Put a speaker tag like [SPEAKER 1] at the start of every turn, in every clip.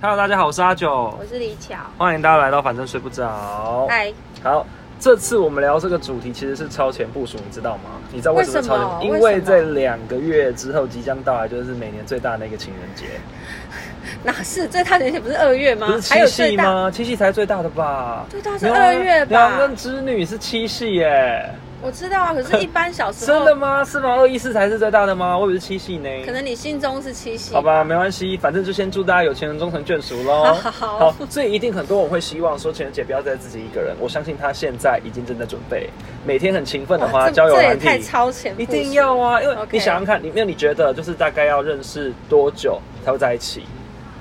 [SPEAKER 1] Hello，大家好，我是阿九，
[SPEAKER 2] 我是李巧。
[SPEAKER 1] 欢迎大家来到反正睡不着。
[SPEAKER 2] 嗨，
[SPEAKER 1] 好，这次我们聊这个主题其实是超前部署，你知道吗？你知道为什么
[SPEAKER 2] 为什么
[SPEAKER 1] 超前部署？
[SPEAKER 2] 为什
[SPEAKER 1] 因
[SPEAKER 2] 么
[SPEAKER 1] 为在两个月之后即将到来，就是每年最大的那个情人节，
[SPEAKER 2] 哪是最大的节不是二月吗
[SPEAKER 1] 不是？
[SPEAKER 2] 啊还
[SPEAKER 1] 七
[SPEAKER 2] 有
[SPEAKER 1] 夕
[SPEAKER 2] 最大，
[SPEAKER 1] 吗？七夕才是最大的吧？
[SPEAKER 2] 最大是
[SPEAKER 1] 没有啊
[SPEAKER 2] 二月吧
[SPEAKER 1] 两？任织女是七夕耶，
[SPEAKER 2] 我知道啊，可是，一般小时候
[SPEAKER 1] 真的吗？是吗？二一四才是最大的吗？我以为是七夕呢。
[SPEAKER 2] 可能你心中是七夕。
[SPEAKER 1] 好，吧，没关系，反正就先祝大家有情人终成眷属喽。
[SPEAKER 2] 好好好
[SPEAKER 1] 所以一定很多人会希望说情人节不要再自己一个人。我相信他现在已经正在准备，每天很勤奋的
[SPEAKER 2] 哇，
[SPEAKER 1] 话，
[SPEAKER 2] 这
[SPEAKER 1] 交友
[SPEAKER 2] 这也
[SPEAKER 1] 软
[SPEAKER 2] 太
[SPEAKER 1] 体
[SPEAKER 2] 超前部
[SPEAKER 1] 一
[SPEAKER 2] 署，
[SPEAKER 1] 定要啊，因为
[SPEAKER 2] OK
[SPEAKER 1] 你想想看，你那你觉得就是大概要认识多久才会在一起？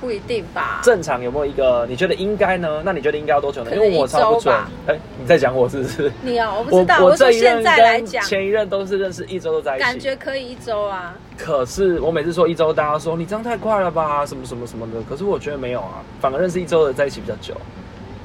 [SPEAKER 2] 不一定吧？
[SPEAKER 1] 正常有没有一个你觉得应该呢？那你觉得应该要多久呢？
[SPEAKER 2] 可
[SPEAKER 1] 因
[SPEAKER 2] 能
[SPEAKER 1] 为我超不准
[SPEAKER 2] 一周吧。
[SPEAKER 1] 哎、你在讲我是不是？
[SPEAKER 2] 你哦，我不知道，
[SPEAKER 1] 我
[SPEAKER 2] 我说
[SPEAKER 1] 这一任
[SPEAKER 2] 现在来
[SPEAKER 1] 跟
[SPEAKER 2] 讲，
[SPEAKER 1] 前一任都是认识一周都在一起，
[SPEAKER 2] 感觉可以一周啊。
[SPEAKER 1] 可是我每次说一周，大家说你这样太快了吧，什么什么什么的。可是我觉得没有啊，反而认识一周的在一起比较久。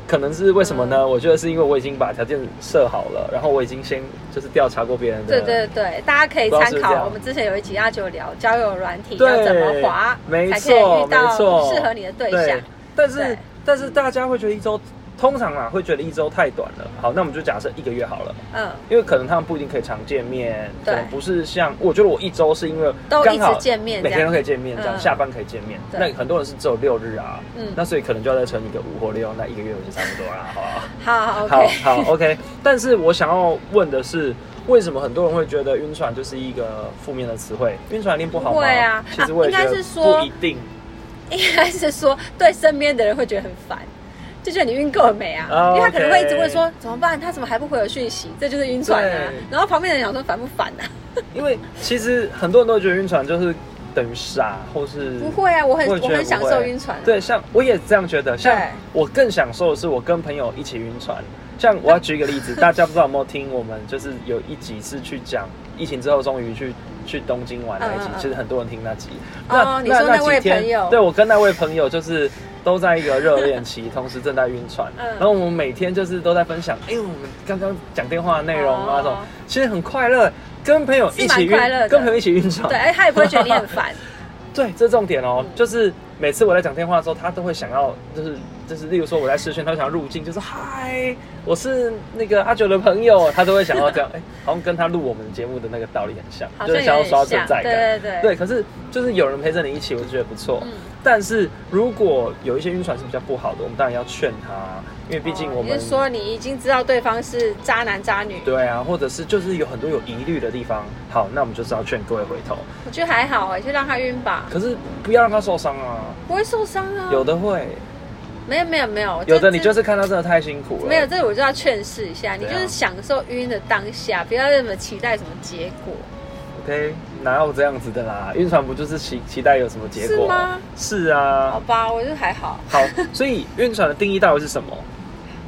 [SPEAKER 1] 可能是为什么呢？我觉得是因为我已经把条件设好了，然后我已经先就是调查过别人的。
[SPEAKER 2] 对对对，大家可以
[SPEAKER 1] 不知道是
[SPEAKER 2] 参
[SPEAKER 1] 不是这
[SPEAKER 2] 考
[SPEAKER 1] 样
[SPEAKER 2] 我们之前有一集阿九聊交友软体
[SPEAKER 1] 对
[SPEAKER 2] 要怎么滑，
[SPEAKER 1] 没
[SPEAKER 2] 才可以
[SPEAKER 1] 错
[SPEAKER 2] 遇
[SPEAKER 1] 没
[SPEAKER 2] 到
[SPEAKER 1] 错，
[SPEAKER 2] 适合你的对象。
[SPEAKER 1] 但是
[SPEAKER 2] 对
[SPEAKER 1] 但是大家会觉得一周，通常啊啦会觉得一周太短了。好，那我们就假设一个月好了。
[SPEAKER 2] 嗯，
[SPEAKER 1] 因为可能他们不一定可以常见面，可
[SPEAKER 2] 对
[SPEAKER 1] 能不是像我觉得我一周是因为
[SPEAKER 2] 都
[SPEAKER 1] 刚
[SPEAKER 2] 一
[SPEAKER 1] 好
[SPEAKER 2] 直见面
[SPEAKER 1] 每
[SPEAKER 2] 这
[SPEAKER 1] 天都
[SPEAKER 2] 样。
[SPEAKER 1] 可以见面，这样、
[SPEAKER 2] 嗯
[SPEAKER 1] 下班可以见面。
[SPEAKER 2] 对
[SPEAKER 1] 那很多人是只有六日啊，
[SPEAKER 2] 嗯
[SPEAKER 1] 那所以可能就要再乘以个五或六，那一个月我就差不多 啦，好不好？
[SPEAKER 2] 好好 OK，
[SPEAKER 1] 好好 OK。但是我想要问的是，为什么很多人会觉得晕船就是一个负面的词汇？晕船一定不好吗？
[SPEAKER 2] 不会啊
[SPEAKER 1] 其实我也觉
[SPEAKER 2] 啊应
[SPEAKER 1] 得
[SPEAKER 2] 该是说
[SPEAKER 1] 不一定
[SPEAKER 2] 应该是说对身边的人会觉得很烦，就觉得你晕够了没啊？
[SPEAKER 1] 哦
[SPEAKER 2] 因为他可能
[SPEAKER 1] OK
[SPEAKER 2] 会一直问说怎么办，他怎么还不回我讯息？这就是晕船啊
[SPEAKER 1] 对。
[SPEAKER 2] 然后旁边的人想说烦不烦啊？
[SPEAKER 1] 因为其实很多人都觉得晕船就是等于傻，或是
[SPEAKER 2] 不会啊，我很
[SPEAKER 1] 我也觉
[SPEAKER 2] 我
[SPEAKER 1] 得
[SPEAKER 2] 很享
[SPEAKER 1] 嗯不会
[SPEAKER 2] 受晕船、啊。
[SPEAKER 1] 对，像我也这样觉得。像
[SPEAKER 2] 对
[SPEAKER 1] 我更享受的是我跟朋友一起晕船。像我要举一个例子，大家不知道有没有听？我们就是有一集是去讲疫情之后终于去去东京玩那一集
[SPEAKER 2] 嗯嗯，嗯
[SPEAKER 1] 其实很多人听那集。
[SPEAKER 2] 哦你说那
[SPEAKER 1] 几
[SPEAKER 2] 位
[SPEAKER 1] 天
[SPEAKER 2] 朋友
[SPEAKER 1] 对我跟那位朋友就是都在一个热恋 期，同时正在晕船。
[SPEAKER 2] 嗯
[SPEAKER 1] 然后我们每天就是都在分享，哎，我们刚刚讲电话的内容啊
[SPEAKER 2] 哦
[SPEAKER 1] 什么，其实很快乐。跟朋友一起
[SPEAKER 2] 是蛮
[SPEAKER 1] 晕
[SPEAKER 2] 快乐，的
[SPEAKER 1] 跟朋友一起晕船，
[SPEAKER 2] 对，哎，他也不会觉得你 很烦。
[SPEAKER 1] 对，这重点哦
[SPEAKER 2] 嗯，
[SPEAKER 1] 就是每次我在讲电话的时候，他都会想要，就是就是，例如说我在视讯，他会想要入镜，就是嗨，我是那个阿九的朋友，他都会想要这样， 哎、好像跟他录我们节目的那个道理很像，
[SPEAKER 2] 好像
[SPEAKER 1] 就是想要刷存在感。
[SPEAKER 2] 有点像对对对
[SPEAKER 1] 可是就是有人陪着你一起，我就觉得不错。
[SPEAKER 2] 嗯
[SPEAKER 1] 但是如果有一些晕船是比较不好的，我们当然要劝他，因为毕竟我
[SPEAKER 2] 哦
[SPEAKER 1] 们、
[SPEAKER 2] 你是说你已经知道对方是渣男渣女？
[SPEAKER 1] 对啊，或者是就是有很多有疑虑的地方，好，那我们就是要劝各位回头，
[SPEAKER 2] 我觉得还好哎、就让他晕吧，
[SPEAKER 1] 可是不要让他受伤啊，
[SPEAKER 2] 不会受伤啊。
[SPEAKER 1] 有的会。
[SPEAKER 2] 没有没有没有，
[SPEAKER 1] 有的
[SPEAKER 2] 啊这
[SPEAKER 1] 你就是啊看到真的太辛苦了。
[SPEAKER 2] 没有，这我就要劝示一下，你
[SPEAKER 1] 怎
[SPEAKER 2] 就
[SPEAKER 1] 样
[SPEAKER 2] 是享受晕的当下，不要那么期待什么结果。
[SPEAKER 1] ，OK，哪有这样子的啦？晕船不就是期期待有什么结果？
[SPEAKER 2] 是吗？
[SPEAKER 1] 是
[SPEAKER 2] 好
[SPEAKER 1] 啊。
[SPEAKER 2] 吧，我就还好。
[SPEAKER 1] 好，所以晕船的定义到底是什么？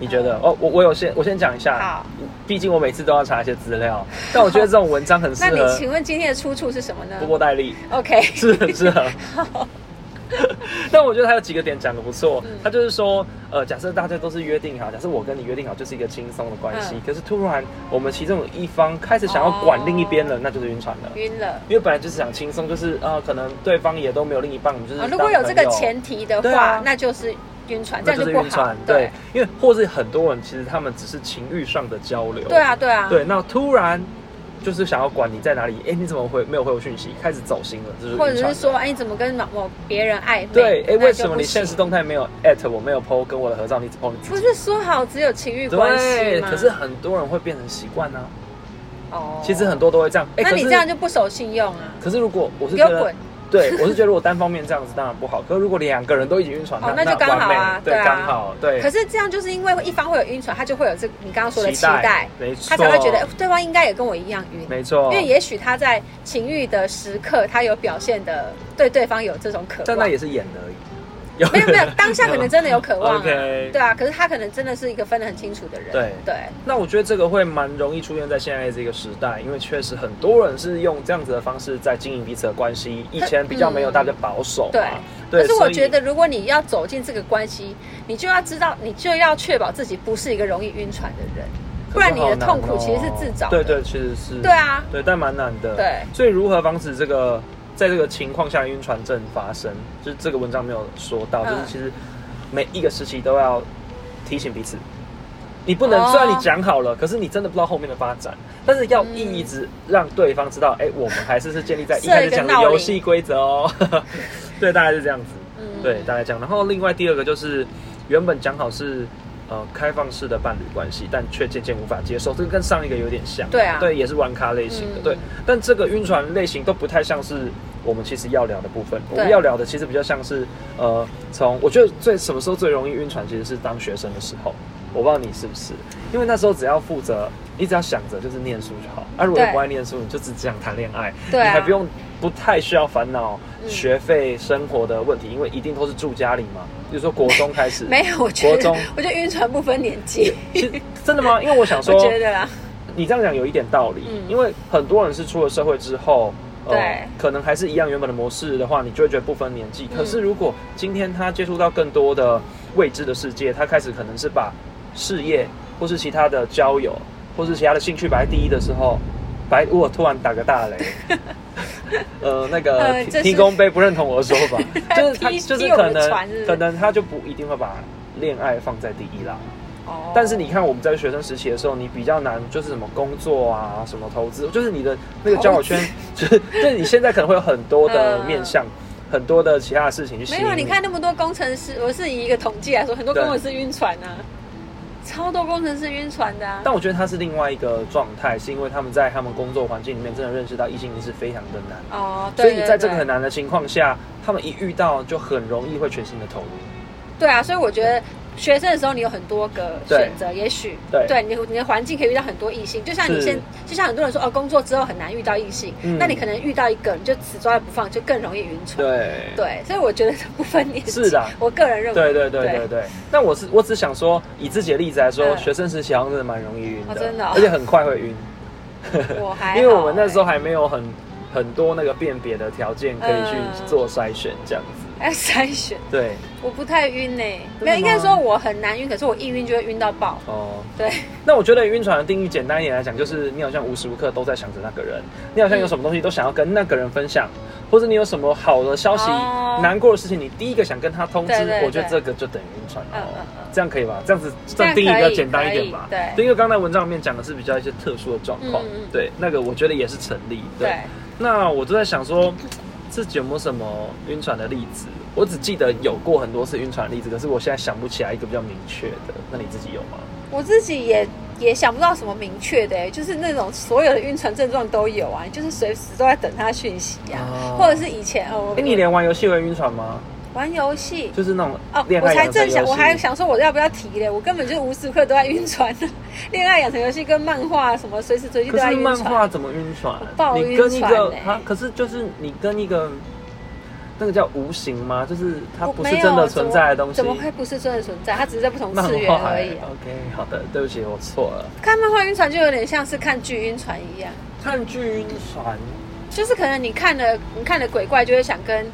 [SPEAKER 1] 你觉得？哦，我我有先我先讲一下
[SPEAKER 2] 好，
[SPEAKER 1] 毕竟我每次都要查一些资料，但我觉得这种文章很适
[SPEAKER 2] 那你
[SPEAKER 1] 合
[SPEAKER 2] 请问今天的出处是什么呢
[SPEAKER 1] 波波戴利。
[SPEAKER 2] ？OK，
[SPEAKER 1] 是很适合。但我觉得他有几个点讲的不错
[SPEAKER 2] 嗯，
[SPEAKER 1] 他就是说，呃，假设大家都是约定好，假设我跟你约定好就是一个轻松的关系
[SPEAKER 2] 嗯，
[SPEAKER 1] 可是突然我们其中有一方开始想要管
[SPEAKER 2] 哦
[SPEAKER 1] 另一边了，那就是晕船了。
[SPEAKER 2] 晕了。
[SPEAKER 1] 因为本来就是想轻松，就是呃，可能对方也都没有另一半，我们就是、
[SPEAKER 2] 啊，如果有这个前，提的
[SPEAKER 1] 对
[SPEAKER 2] 话，
[SPEAKER 1] 啊
[SPEAKER 2] 那就是晕船，这
[SPEAKER 1] 那
[SPEAKER 2] 样
[SPEAKER 1] 就是
[SPEAKER 2] 不
[SPEAKER 1] 晕
[SPEAKER 2] 好
[SPEAKER 1] 船。。对，因为或是很多人其实他们只是情欲上的交流。
[SPEAKER 2] 对啊，对啊，
[SPEAKER 1] 对，那突然就是想要管你在哪里，哎，你怎么回没有回我讯息？开始走心了，这就是晕
[SPEAKER 2] 或者
[SPEAKER 1] 船
[SPEAKER 2] 是
[SPEAKER 1] 了
[SPEAKER 2] 说，哎，你怎么跟某某别人暧昧？
[SPEAKER 1] 对，哎、
[SPEAKER 2] 那
[SPEAKER 1] 为
[SPEAKER 2] 就
[SPEAKER 1] 什么
[SPEAKER 2] 不
[SPEAKER 1] 你现实
[SPEAKER 2] 行
[SPEAKER 1] 动态没有 at 我，没有 po 跟我的合照，你只 po 你自
[SPEAKER 2] 不
[SPEAKER 1] 己？
[SPEAKER 2] 是说好只有情欲关系
[SPEAKER 1] 对，
[SPEAKER 2] 吗？
[SPEAKER 1] 可是很多人会变成习惯呢。啊
[SPEAKER 2] 哦
[SPEAKER 1] 其实很多都会这样。哎、
[SPEAKER 2] 那
[SPEAKER 1] 可
[SPEAKER 2] 你
[SPEAKER 1] 是
[SPEAKER 2] 这样就不守信用啊！
[SPEAKER 1] 可是如果我是
[SPEAKER 2] 给
[SPEAKER 1] 觉
[SPEAKER 2] 我
[SPEAKER 1] 得
[SPEAKER 2] 滚，！
[SPEAKER 1] 对我是觉得如果单方面这样子当然不 好，可是如果两个人都已经晕船，
[SPEAKER 2] 哦那就刚
[SPEAKER 1] 完
[SPEAKER 2] 好啊
[SPEAKER 1] 美对，
[SPEAKER 2] 对啊
[SPEAKER 1] 刚好对。
[SPEAKER 2] 可是这样就是因为一方会有晕船，他就会有这你刚刚说的期
[SPEAKER 1] 期待
[SPEAKER 2] 待，
[SPEAKER 1] 没错
[SPEAKER 2] 他才会觉得哎对方应该也跟我一样晕。
[SPEAKER 1] 没错，
[SPEAKER 2] 因为也许他在情欲的时刻，他有表现的对对方有这种渴
[SPEAKER 1] 但
[SPEAKER 2] 望
[SPEAKER 1] 那。也是演的而已。有
[SPEAKER 2] 啊 没有没有，当下可能真的有渴望、啊
[SPEAKER 1] OK
[SPEAKER 2] 对啊，可是他可能真的是一个分得很清楚的人，
[SPEAKER 1] 对
[SPEAKER 2] 对，
[SPEAKER 1] 那我觉得这个会蛮容易出现在现在这个时代，因为确实很多人是用这样子的方式在经营彼此的关系。以前比较没有，
[SPEAKER 2] 嗯
[SPEAKER 1] 大家保守
[SPEAKER 2] 对
[SPEAKER 1] 嘛。对，
[SPEAKER 2] 可是
[SPEAKER 1] 所
[SPEAKER 2] 我
[SPEAKER 1] 以
[SPEAKER 2] 觉得，如果你要走进这个关系，你就要知道，你就要确保自己不是一个容易晕船的人，不然你的痛
[SPEAKER 1] 哦
[SPEAKER 2] 苦其实是自找的。
[SPEAKER 1] 对对，其实是。
[SPEAKER 2] 对啊，
[SPEAKER 1] 对，但蛮难的。
[SPEAKER 2] 对
[SPEAKER 1] 所以如何防止这个在这个情况下晕船症发生，就是这个文章没有说到，
[SPEAKER 2] 嗯
[SPEAKER 1] 就是其实每一个时期都要提醒彼此，你不能虽然你讲好
[SPEAKER 2] 哦
[SPEAKER 1] 了，可是你真的不知道后面的发展，但是要
[SPEAKER 2] 嗯
[SPEAKER 1] 一直让对方知道，哎，我们还是是建立在一开
[SPEAKER 2] 设一
[SPEAKER 1] 始
[SPEAKER 2] 个
[SPEAKER 1] 讲的
[SPEAKER 2] 闹铃
[SPEAKER 1] 游戏规则哦， 对，大概是这样子。
[SPEAKER 2] 嗯
[SPEAKER 1] 对，大概这样。然后另外第二个就是，原本讲好是呃开放式的伴侣关系，但却渐渐无法接受，这个跟上一个有点像。
[SPEAKER 2] 对啊
[SPEAKER 1] 对，也是玩咖类型的。
[SPEAKER 2] 嗯
[SPEAKER 1] 对，但这个晕船类型都不太像是我们其实要聊的部分。我们
[SPEAKER 2] 对
[SPEAKER 1] 要聊的其实比较像是呃，从我觉得最什么时候最容易晕船，其实是当学生的时候。我不知道你是不是，因为那时候只要负责，你只要想着就是念书就好。啊，如果
[SPEAKER 2] 对
[SPEAKER 1] 不爱念书，你就只想谈恋爱，
[SPEAKER 2] 对啊
[SPEAKER 1] 你还不用不太需要烦恼
[SPEAKER 2] 嗯
[SPEAKER 1] 学费、生活的问题，因为一定都是住家里嘛。比如说国中开始，
[SPEAKER 2] 没有，我觉
[SPEAKER 1] 国
[SPEAKER 2] 得
[SPEAKER 1] 中
[SPEAKER 2] 我觉得晕船不分年纪，
[SPEAKER 1] 其实真的吗？因为我想
[SPEAKER 2] 我
[SPEAKER 1] 说，
[SPEAKER 2] 觉得啊啦，
[SPEAKER 1] 你这样讲有一点道理，
[SPEAKER 2] 嗯
[SPEAKER 1] 因为很多人是出了社会之后，呃
[SPEAKER 2] 对
[SPEAKER 1] 可能还是一样原本的模式的话，你就会觉得不分年纪。
[SPEAKER 2] 嗯
[SPEAKER 1] 可是如果今天他接触到更多的未知的世界，他开始可能是把事业或是其他的交友或是其他的兴趣摆在第一的时候，白我突然打个大雷。 呃，那个
[SPEAKER 2] 呃这
[SPEAKER 1] 提
[SPEAKER 2] 是
[SPEAKER 1] 提供杯不认同我的说 法，就是他
[SPEAKER 2] 踢
[SPEAKER 1] 就是
[SPEAKER 2] 踢我
[SPEAKER 1] 可
[SPEAKER 2] 们的
[SPEAKER 1] 能
[SPEAKER 2] 船是不是
[SPEAKER 1] 可能他就不一定会把恋爱放在第一啦。
[SPEAKER 2] 哦
[SPEAKER 1] 但是你看我们在学生时期的时候，你比较难就是什么工作啊，什么投资，就是你的那个交友圈， 就是就是你现在可能会有很多的面向，很多的其他的事情去吸
[SPEAKER 2] 没
[SPEAKER 1] 引
[SPEAKER 2] 有，你看那么多工程师，我是以一个统计来说，很多工程师晕船啊，超多工程师晕船的啊。
[SPEAKER 1] 但我觉得它是另外一个状态，是因为他们在他们工作环境里面真的认识到异性恋是非常的难，
[SPEAKER 2] 哦，
[SPEAKER 1] 所
[SPEAKER 2] 对，
[SPEAKER 1] 以你在这个很难的情况下，他们一遇到就很容易会全心的投入。
[SPEAKER 2] 对对啊，所以我觉得学生的时候你有很多个选择，也许
[SPEAKER 1] 对
[SPEAKER 2] 你的你的环境可以遇到很多异性，就像你
[SPEAKER 1] 是
[SPEAKER 2] 现就像很多人说哦，工作之后很难遇到异性，
[SPEAKER 1] 嗯
[SPEAKER 2] 那你可能遇到一个你就死抓着不放，就更容易晕船。
[SPEAKER 1] 对
[SPEAKER 2] 对，所以我觉得这不分年纪，
[SPEAKER 1] 是的
[SPEAKER 2] 我个人认为，
[SPEAKER 1] 对对对对对，但我是我只想说，以自己的例子来说，
[SPEAKER 2] 嗯
[SPEAKER 1] 学生时期好像真的蛮容易晕的，
[SPEAKER 2] 哦真的哦
[SPEAKER 1] 而且很快会晕。
[SPEAKER 2] 我还好欸
[SPEAKER 1] 因为我们那时候还没有很很多那个辨别的条件可以去
[SPEAKER 2] 嗯
[SPEAKER 1] 做筛选，这样子。
[SPEAKER 2] 哎要 筛选，
[SPEAKER 1] 对，
[SPEAKER 2] 我不太晕呢、欸
[SPEAKER 1] 真的
[SPEAKER 2] 没有，应该
[SPEAKER 1] 吗
[SPEAKER 2] 说我很难晕，可是我一晕就会晕到爆。
[SPEAKER 1] 哦，
[SPEAKER 2] 对，
[SPEAKER 1] 那我觉得晕船的定义简单一点来讲，就是你好像无时无刻都在想着那个人，你好像有什么东西都想要跟那个人分享，或者你有什么好的消息、
[SPEAKER 2] 哦
[SPEAKER 1] 难过的事情，你第一个想跟他通知
[SPEAKER 2] 对对，对
[SPEAKER 1] 我觉得这个就等于晕船
[SPEAKER 2] 嗯
[SPEAKER 1] 哦
[SPEAKER 2] 嗯嗯。
[SPEAKER 1] 这样可以吧？这样子
[SPEAKER 2] 这
[SPEAKER 1] 这
[SPEAKER 2] 样
[SPEAKER 1] 样
[SPEAKER 2] 可
[SPEAKER 1] 定
[SPEAKER 2] 以
[SPEAKER 1] 义比较简单一点吧
[SPEAKER 2] 可以。对
[SPEAKER 1] 因为刚才文章里面讲的是比较一些特殊的状况
[SPEAKER 2] 嗯嗯，
[SPEAKER 1] 对，那个我觉得也是成立。
[SPEAKER 2] 对，
[SPEAKER 1] 那我就在想说，自己有没有什么晕船的例子？我只记得有过很多次晕船的例子，可是我现在想不起来一个比较明确的。那你自己有吗？
[SPEAKER 2] 我自己也也想不到什么明确的、欸就是那种所有的晕船症状都有啊，你就是随时都在等他讯息啊，
[SPEAKER 1] 哦
[SPEAKER 2] 或者是以前哦，我
[SPEAKER 1] 哎、你连玩游戏会晕船吗？
[SPEAKER 2] 玩游戏。
[SPEAKER 1] 就是那种
[SPEAKER 2] 哦，
[SPEAKER 1] 恋
[SPEAKER 2] 我
[SPEAKER 1] 爱
[SPEAKER 2] 才
[SPEAKER 1] 养成
[SPEAKER 2] 正
[SPEAKER 1] 游
[SPEAKER 2] 想，
[SPEAKER 1] 戏。
[SPEAKER 2] 我还想说我要不要提嘞？我根本就无时无刻都在晕船呢。 恋爱养成游戏跟漫画什么，随时随地都
[SPEAKER 1] 可
[SPEAKER 2] 在
[SPEAKER 1] 是
[SPEAKER 2] 晕
[SPEAKER 1] 漫画
[SPEAKER 2] 船。
[SPEAKER 1] 怎么晕船
[SPEAKER 2] 我？爆
[SPEAKER 1] 你
[SPEAKER 2] 晕
[SPEAKER 1] 跟一个
[SPEAKER 2] 船欸
[SPEAKER 1] 啊，可是就是你跟一个那个叫无形吗？就是它
[SPEAKER 2] 我
[SPEAKER 1] 不是
[SPEAKER 2] 没有
[SPEAKER 1] 真的存在的东西。
[SPEAKER 2] 怎么怎么会不是真的存在？它只是在不同
[SPEAKER 1] 漫
[SPEAKER 2] 次元
[SPEAKER 1] 画
[SPEAKER 2] 而
[SPEAKER 1] 欸
[SPEAKER 2] 已啊、
[SPEAKER 1] OK，好的，对不起，我错了。
[SPEAKER 2] 看漫画晕船就有点像是看剧晕船一样。
[SPEAKER 1] 看剧晕船
[SPEAKER 2] 就是可能你看了你看了鬼怪，就会想跟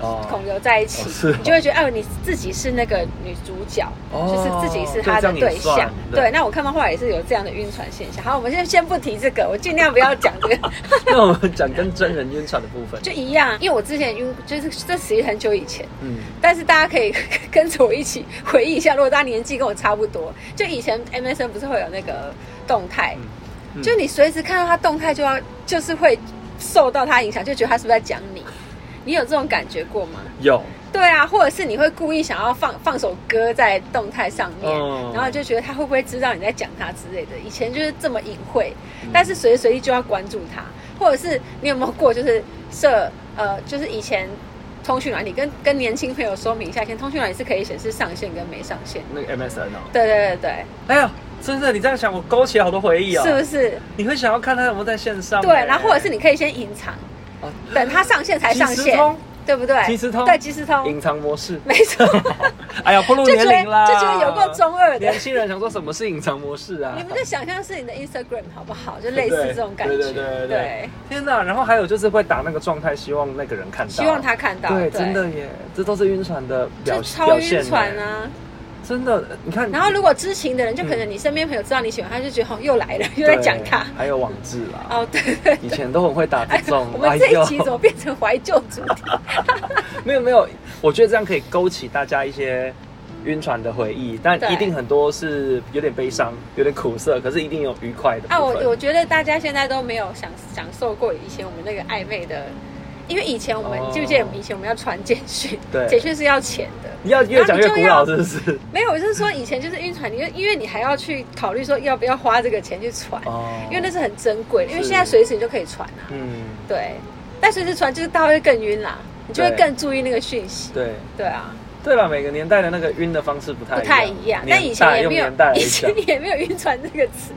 [SPEAKER 1] 哦
[SPEAKER 2] 孔刘在一起，
[SPEAKER 1] 哦是哦
[SPEAKER 2] 你就会觉得哎，你自己是那个女主角，
[SPEAKER 1] 哦
[SPEAKER 2] 就是自己是她的对
[SPEAKER 1] 就这样也
[SPEAKER 2] 象
[SPEAKER 1] 算。对
[SPEAKER 2] 对，那我看漫画也是有这样的晕船现象。好，我们现在先不提这个，我尽量不要讲这 个，
[SPEAKER 1] 那我们讲跟真人晕船的部分。
[SPEAKER 2] 就一样。因为我之前晕，就是这其实很久以前，
[SPEAKER 1] 嗯，
[SPEAKER 2] 但是大家可以跟着我一起回忆一下，如果大家年纪跟我差不多，就以前 MSN 不是会有那个动态，
[SPEAKER 1] 嗯
[SPEAKER 2] 就你随时看到他动态，就要就是会受到他影响，就觉得他是不是在讲你？你有这种感觉过吗？
[SPEAKER 1] 有，
[SPEAKER 2] 对啊，或者是你会故意想要放放首歌在动态上面，
[SPEAKER 1] 嗯
[SPEAKER 2] 然后就觉得他会不会知道你在讲他之类的。以前就是这么隐晦
[SPEAKER 1] 嗯，
[SPEAKER 2] 但是随时随地就要关注他，或者是你有没有过就是设呃，就是以前通讯软体跟跟年轻朋友说明一下，以前通讯软体是可以显示上线跟没上线。
[SPEAKER 1] 那个 MSN 哦。
[SPEAKER 2] 对对对
[SPEAKER 1] 哎呀，真的，你这样想，我勾起了好多回忆
[SPEAKER 2] 对，
[SPEAKER 1] 哦。
[SPEAKER 2] 是不是？
[SPEAKER 1] 你会想要看他有没有在线上？欸
[SPEAKER 2] 对，然后或者是你可以先隐藏，
[SPEAKER 1] 哦
[SPEAKER 2] 等他上线才哦上
[SPEAKER 1] 即时
[SPEAKER 2] 线
[SPEAKER 1] 通，
[SPEAKER 2] 对不对？
[SPEAKER 1] 即时通
[SPEAKER 2] 对，即时
[SPEAKER 1] 隐
[SPEAKER 2] 通，。
[SPEAKER 1] 藏模式
[SPEAKER 2] 没错，
[SPEAKER 1] 哎呀， 暴露
[SPEAKER 2] 就觉
[SPEAKER 1] 年
[SPEAKER 2] 得
[SPEAKER 1] 龄啦，
[SPEAKER 2] 就觉得有够中二的
[SPEAKER 1] 年。轻人想说什么是隐藏模式啊
[SPEAKER 2] 你？们就想象是你的 Instagram 好不好？就类似这种感觉，
[SPEAKER 1] 对对对对对天哪！然后还有就是会打那个状态，希望那个人看到，
[SPEAKER 2] 希望他看到，
[SPEAKER 1] 对，真的耶，这都是晕船的
[SPEAKER 2] 就
[SPEAKER 1] 表
[SPEAKER 2] 超
[SPEAKER 1] 表现哎
[SPEAKER 2] 晕
[SPEAKER 1] 耶。
[SPEAKER 2] 船啊！
[SPEAKER 1] 真的，你看，
[SPEAKER 2] 然后如果知情的人，就可能你身边朋友知道你喜欢他，就觉得哦又来了，又
[SPEAKER 1] 对
[SPEAKER 2] 在讲他。
[SPEAKER 1] 还有网志啦，
[SPEAKER 2] 哦，对对，
[SPEAKER 1] 以前都很会打这种
[SPEAKER 2] 哎
[SPEAKER 1] 哎
[SPEAKER 2] 我们这一期怎么变成怀旧主题？
[SPEAKER 1] 没有没有，我觉得这样可以勾起大家一些晕船的回忆，但
[SPEAKER 2] 对
[SPEAKER 1] 一定很多是有点悲伤、有点苦涩，可是一定有愉快的部分。
[SPEAKER 2] 啊，我我觉得大家现在都没有享享受过以前我们那个暧昧的，因为以前我们、
[SPEAKER 1] 哦
[SPEAKER 2] 记不记得以前我们要传简讯，
[SPEAKER 1] 对
[SPEAKER 2] 简讯是要钱的。
[SPEAKER 1] 你要越讲越古
[SPEAKER 2] 然后
[SPEAKER 1] 老，
[SPEAKER 2] 你
[SPEAKER 1] 是不 是？
[SPEAKER 2] 没有，我是说以前就是晕船，你就因为你还要去考虑说要不要花这个钱去传，
[SPEAKER 1] 哦，
[SPEAKER 2] 因为那是很珍贵的，因为
[SPEAKER 1] 是
[SPEAKER 2] 现在随时你就可以传啊。
[SPEAKER 1] 嗯，
[SPEAKER 2] 对，但随时传就是大家会更晕啦，你就会
[SPEAKER 1] 对
[SPEAKER 2] 更注意那个讯息。
[SPEAKER 1] 对
[SPEAKER 2] 对啊，
[SPEAKER 1] 对了，每个年代的那个晕的方式不太
[SPEAKER 2] 不太一样。但以
[SPEAKER 1] 年代
[SPEAKER 2] 前也
[SPEAKER 1] 用
[SPEAKER 2] 没有
[SPEAKER 1] 年代，来
[SPEAKER 2] 以
[SPEAKER 1] 讲
[SPEAKER 2] 前， 也没有“晕船”这个词。